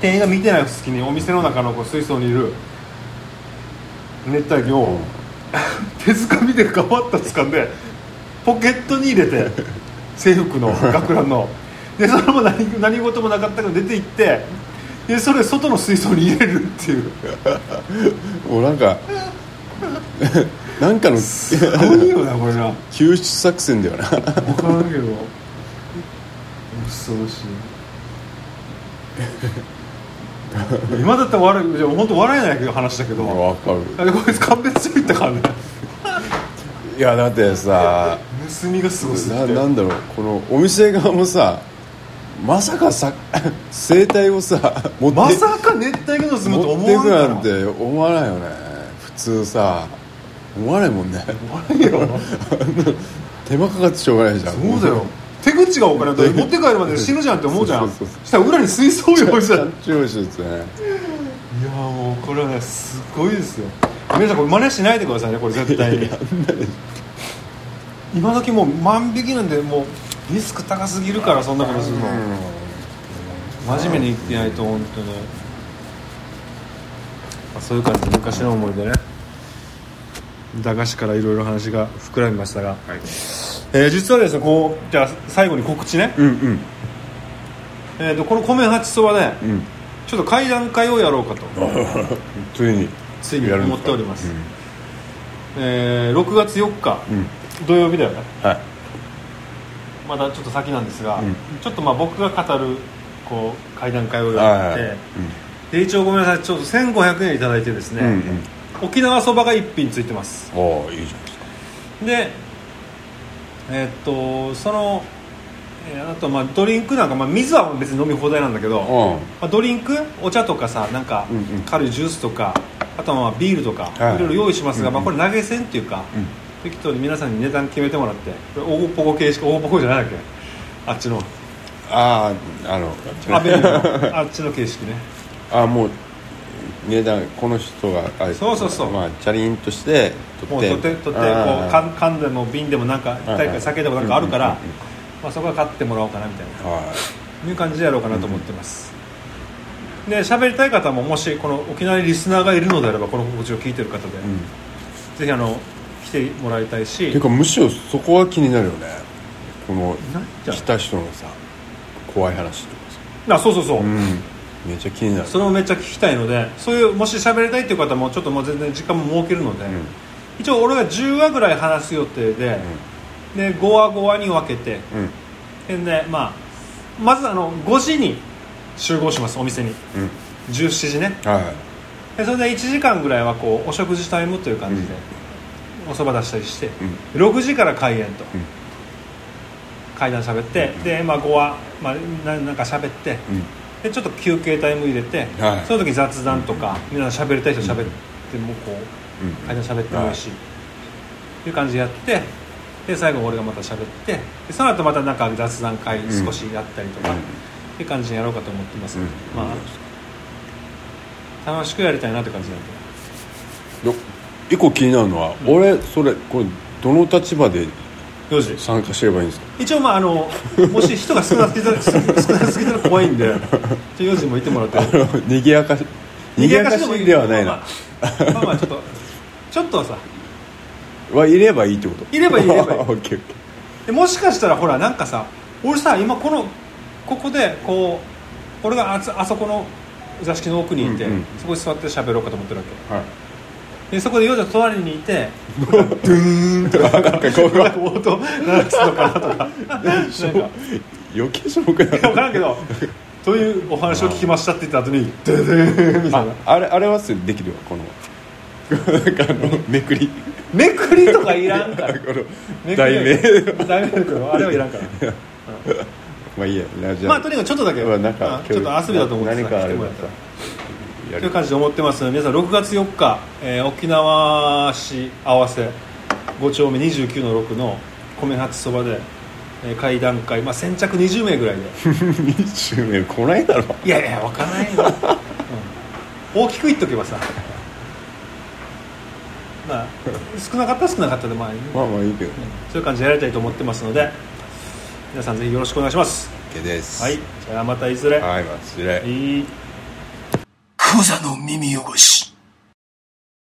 [SPEAKER 2] 店員が見てない隙にお店の中のこう水槽にいる熱帯魚を手づかみでガバッと掴んでポケットに入れて制服の学ラ ンのでそれも何何事もなかったから出て行ってでそれ外の水槽に入れるっていう
[SPEAKER 3] もうなんか なんかの
[SPEAKER 2] すごいよなこれな
[SPEAKER 3] 救出作戦だよな
[SPEAKER 2] 分からんけど恐ろしい今だって笑いじゃあ本当笑えないけど話だけど
[SPEAKER 3] わかる
[SPEAKER 2] あでこいつ鑑別していったからね
[SPEAKER 3] いやだってさ
[SPEAKER 2] 盗みがすごすぎ
[SPEAKER 3] な
[SPEAKER 2] て
[SPEAKER 3] なんだろうこのお店側もさまさかさ 生態をさ持って
[SPEAKER 2] まさか熱帯魚の住むと
[SPEAKER 3] 持っ
[SPEAKER 2] 思
[SPEAKER 3] て
[SPEAKER 2] わ
[SPEAKER 3] く
[SPEAKER 2] な
[SPEAKER 3] ないんて思わないよね普通さ思わないもんね
[SPEAKER 2] 思わないよ
[SPEAKER 3] 手間かかってしょうがないじゃん
[SPEAKER 2] そうだよ手口がお金だよ持って帰るまで死ぬじゃんって思うじゃん
[SPEAKER 3] そうそうそう
[SPEAKER 2] したら裏に水槽用意したいや
[SPEAKER 3] 中止ですね
[SPEAKER 2] もうこれはねすごいですよ皆さんこれ真似しないでくださいねこれ絶対に今時もう万引きなんでもうリスク高すぎるからそんなことするの真面目に生きてないと本当にまあそういう感じで昔の思い出ね駄菓子からいろいろ話が膨らみましたが、えー実はですねこうじゃあ最後に告知ね、
[SPEAKER 3] うんうん
[SPEAKER 2] えー、とこの米八そはね
[SPEAKER 3] うん
[SPEAKER 2] ちょっと会談会をやろうかと
[SPEAKER 3] ついに
[SPEAKER 2] ついに
[SPEAKER 3] やるん
[SPEAKER 2] 思
[SPEAKER 3] で
[SPEAKER 2] っ
[SPEAKER 3] か
[SPEAKER 2] ております
[SPEAKER 3] うん
[SPEAKER 2] えー6月4日
[SPEAKER 3] うん
[SPEAKER 2] 土曜日だよね
[SPEAKER 3] はい
[SPEAKER 2] まだちょっと先なんですが、
[SPEAKER 3] うん
[SPEAKER 2] ちょっとまあ僕が語るこう会談会を
[SPEAKER 3] はい
[SPEAKER 2] やっ
[SPEAKER 3] はい
[SPEAKER 2] て、
[SPEAKER 3] はい
[SPEAKER 2] で一応ごめんなさいちょっと1500円いただいてですね、
[SPEAKER 3] うんうん
[SPEAKER 2] 沖縄そばが1品ついてます
[SPEAKER 3] おーいいじゃないですか
[SPEAKER 2] でえっとその、えーあとまあドリンクなんか、まあ、水は別に飲み放題なんだけど、ま
[SPEAKER 3] う
[SPEAKER 2] あ、ドリンクお茶とかさなんか
[SPEAKER 3] うんうん
[SPEAKER 2] 軽いジュースとかあとはまあビールとか、
[SPEAKER 3] はい
[SPEAKER 2] い、ろいろ用意しますが、
[SPEAKER 3] うんうん
[SPEAKER 2] まあ、これ投げ銭っていうか、
[SPEAKER 3] ん
[SPEAKER 2] 適当に皆さんに値段決めてもらってこれ大ポコ形式大ポコじゃないっけあっちの
[SPEAKER 3] あああの
[SPEAKER 2] アベルのあっちの形 式ね
[SPEAKER 3] あもう値段この人があれ
[SPEAKER 2] そうそうそう
[SPEAKER 3] まあチャリンとして
[SPEAKER 2] もう
[SPEAKER 3] 取
[SPEAKER 2] 取
[SPEAKER 3] っ
[SPEAKER 2] ってて取ってこう
[SPEAKER 3] あー
[SPEAKER 2] 缶缶でも瓶でもなんか一
[SPEAKER 3] はい
[SPEAKER 2] 体
[SPEAKER 3] は
[SPEAKER 2] か
[SPEAKER 3] い
[SPEAKER 2] 酒でもなんかあるから、
[SPEAKER 3] うんうんうん
[SPEAKER 2] まあ、そこは買ってもらおうかなみたいな
[SPEAKER 3] は
[SPEAKER 2] いう感じでやろうかなと思ってます、で喋りたい方ももしこの沖縄にリスナーがいるのであればこの告知を聞いてる方
[SPEAKER 3] い、
[SPEAKER 2] で、
[SPEAKER 3] うん
[SPEAKER 2] ぜひあの来てもらいたいして
[SPEAKER 3] いうかむしろそこは気になるよねこの
[SPEAKER 2] ないじゃん
[SPEAKER 3] 来た人のさ怖い話とかさ
[SPEAKER 2] あそうそうそう、
[SPEAKER 3] うんめっちゃ気になる
[SPEAKER 2] それもめっちゃ聞きたいのでそういうもし喋りたいっていう方もちょっともう全然時間も設けるので、
[SPEAKER 3] うん
[SPEAKER 2] 一応俺が10話ぐらい話す予定で、で5話5話に分けて
[SPEAKER 3] うん
[SPEAKER 2] で、まあ、まずあの5時に集合しますお店に
[SPEAKER 3] うん
[SPEAKER 2] 17時ね
[SPEAKER 3] はいはい
[SPEAKER 2] でそれで1時間ぐらいはこうお食事タイムという感じで、おそば出したりして、
[SPEAKER 3] うん
[SPEAKER 2] 6時から開演と、
[SPEAKER 3] うん
[SPEAKER 2] 階段喋って、で、まあ、5話、まあ、ななんか喋って、
[SPEAKER 3] う
[SPEAKER 2] でちょっと休憩タイム入れて、
[SPEAKER 3] はい
[SPEAKER 2] その時雑談とか、皆さん喋りたい人喋ってもこう
[SPEAKER 3] うん
[SPEAKER 2] 階段喋ってもいいし、い、う感じでやってで最後俺がまた喋ってでその後またなんか雑談会
[SPEAKER 3] うん
[SPEAKER 2] 少しやったりとか、
[SPEAKER 3] うん
[SPEAKER 2] っていう感じでやろうかと思ってます、
[SPEAKER 3] うん
[SPEAKER 2] まあ楽しくやりたいなって感じなんで
[SPEAKER 3] よ一個気になるのは、俺それこれどの立場で
[SPEAKER 2] 4時
[SPEAKER 3] 参加すればいいんですか
[SPEAKER 2] 一応まああのもし人が少なすぎたら少なすぎたら怖い んでちょ4時もいてもらって
[SPEAKER 3] あの賑やかし賑やか
[SPEAKER 2] も
[SPEAKER 3] しではないな、
[SPEAKER 2] まあまあ、まあまあちょっとちょっとさ
[SPEAKER 3] はいればいいってこと
[SPEAKER 2] いればいいいればい い
[SPEAKER 3] オッケーオッケー
[SPEAKER 2] でもしかしたらほらなんかさ俺さ今このここでこう俺があつあそこの座敷の奥にいて、
[SPEAKER 3] うんうん
[SPEAKER 2] そこに座って喋ろうかと思ってるわけ
[SPEAKER 3] はい
[SPEAKER 2] でそこでヨジャ隣にいて
[SPEAKER 3] なんかこう
[SPEAKER 2] なんか音鳴らすのかなとかなんか
[SPEAKER 3] 余計しょぼくな
[SPEAKER 2] 分
[SPEAKER 3] る
[SPEAKER 2] からんけどというお話を聞きましたって言った後に「ドゥドゥーンみたいな
[SPEAKER 3] あれあれはすできるわこの なんかあのめくり
[SPEAKER 2] めくりとかいらんか
[SPEAKER 3] あ
[SPEAKER 2] ら
[SPEAKER 3] こ
[SPEAKER 2] め
[SPEAKER 3] の
[SPEAKER 2] くり
[SPEAKER 3] 題名
[SPEAKER 2] 題名だけどあれはいらんから
[SPEAKER 3] まあいいやラジオ
[SPEAKER 2] まあとにかくちょっとだけ、
[SPEAKER 3] まあなんか
[SPEAKER 2] うんちょっと遊びだと思って
[SPEAKER 3] 何かあ
[SPEAKER 2] 来て
[SPEAKER 3] れ
[SPEAKER 2] も
[SPEAKER 3] ば
[SPEAKER 2] らった
[SPEAKER 3] さ
[SPEAKER 2] ら
[SPEAKER 3] や
[SPEAKER 2] という
[SPEAKER 3] る
[SPEAKER 2] 感じで思ってますので皆さん6月4日、えー沖縄市合わせ5丁目29の6の米八そばで、えー、会談会、まあ、先着20名ぐらいで
[SPEAKER 3] 20名来ないだろ
[SPEAKER 2] いやいや分かんないよ、うん大きく言っとけばさまあ少なかったら少なかったでまあいいね、
[SPEAKER 3] まあまあいいけど
[SPEAKER 2] そういう感じでやりたいと思ってますので皆さんぜひよろしくお願いします
[SPEAKER 3] OK です
[SPEAKER 2] はいじゃあまたいずれ
[SPEAKER 3] はいまあ失礼
[SPEAKER 2] いい
[SPEAKER 4] クザの耳汚し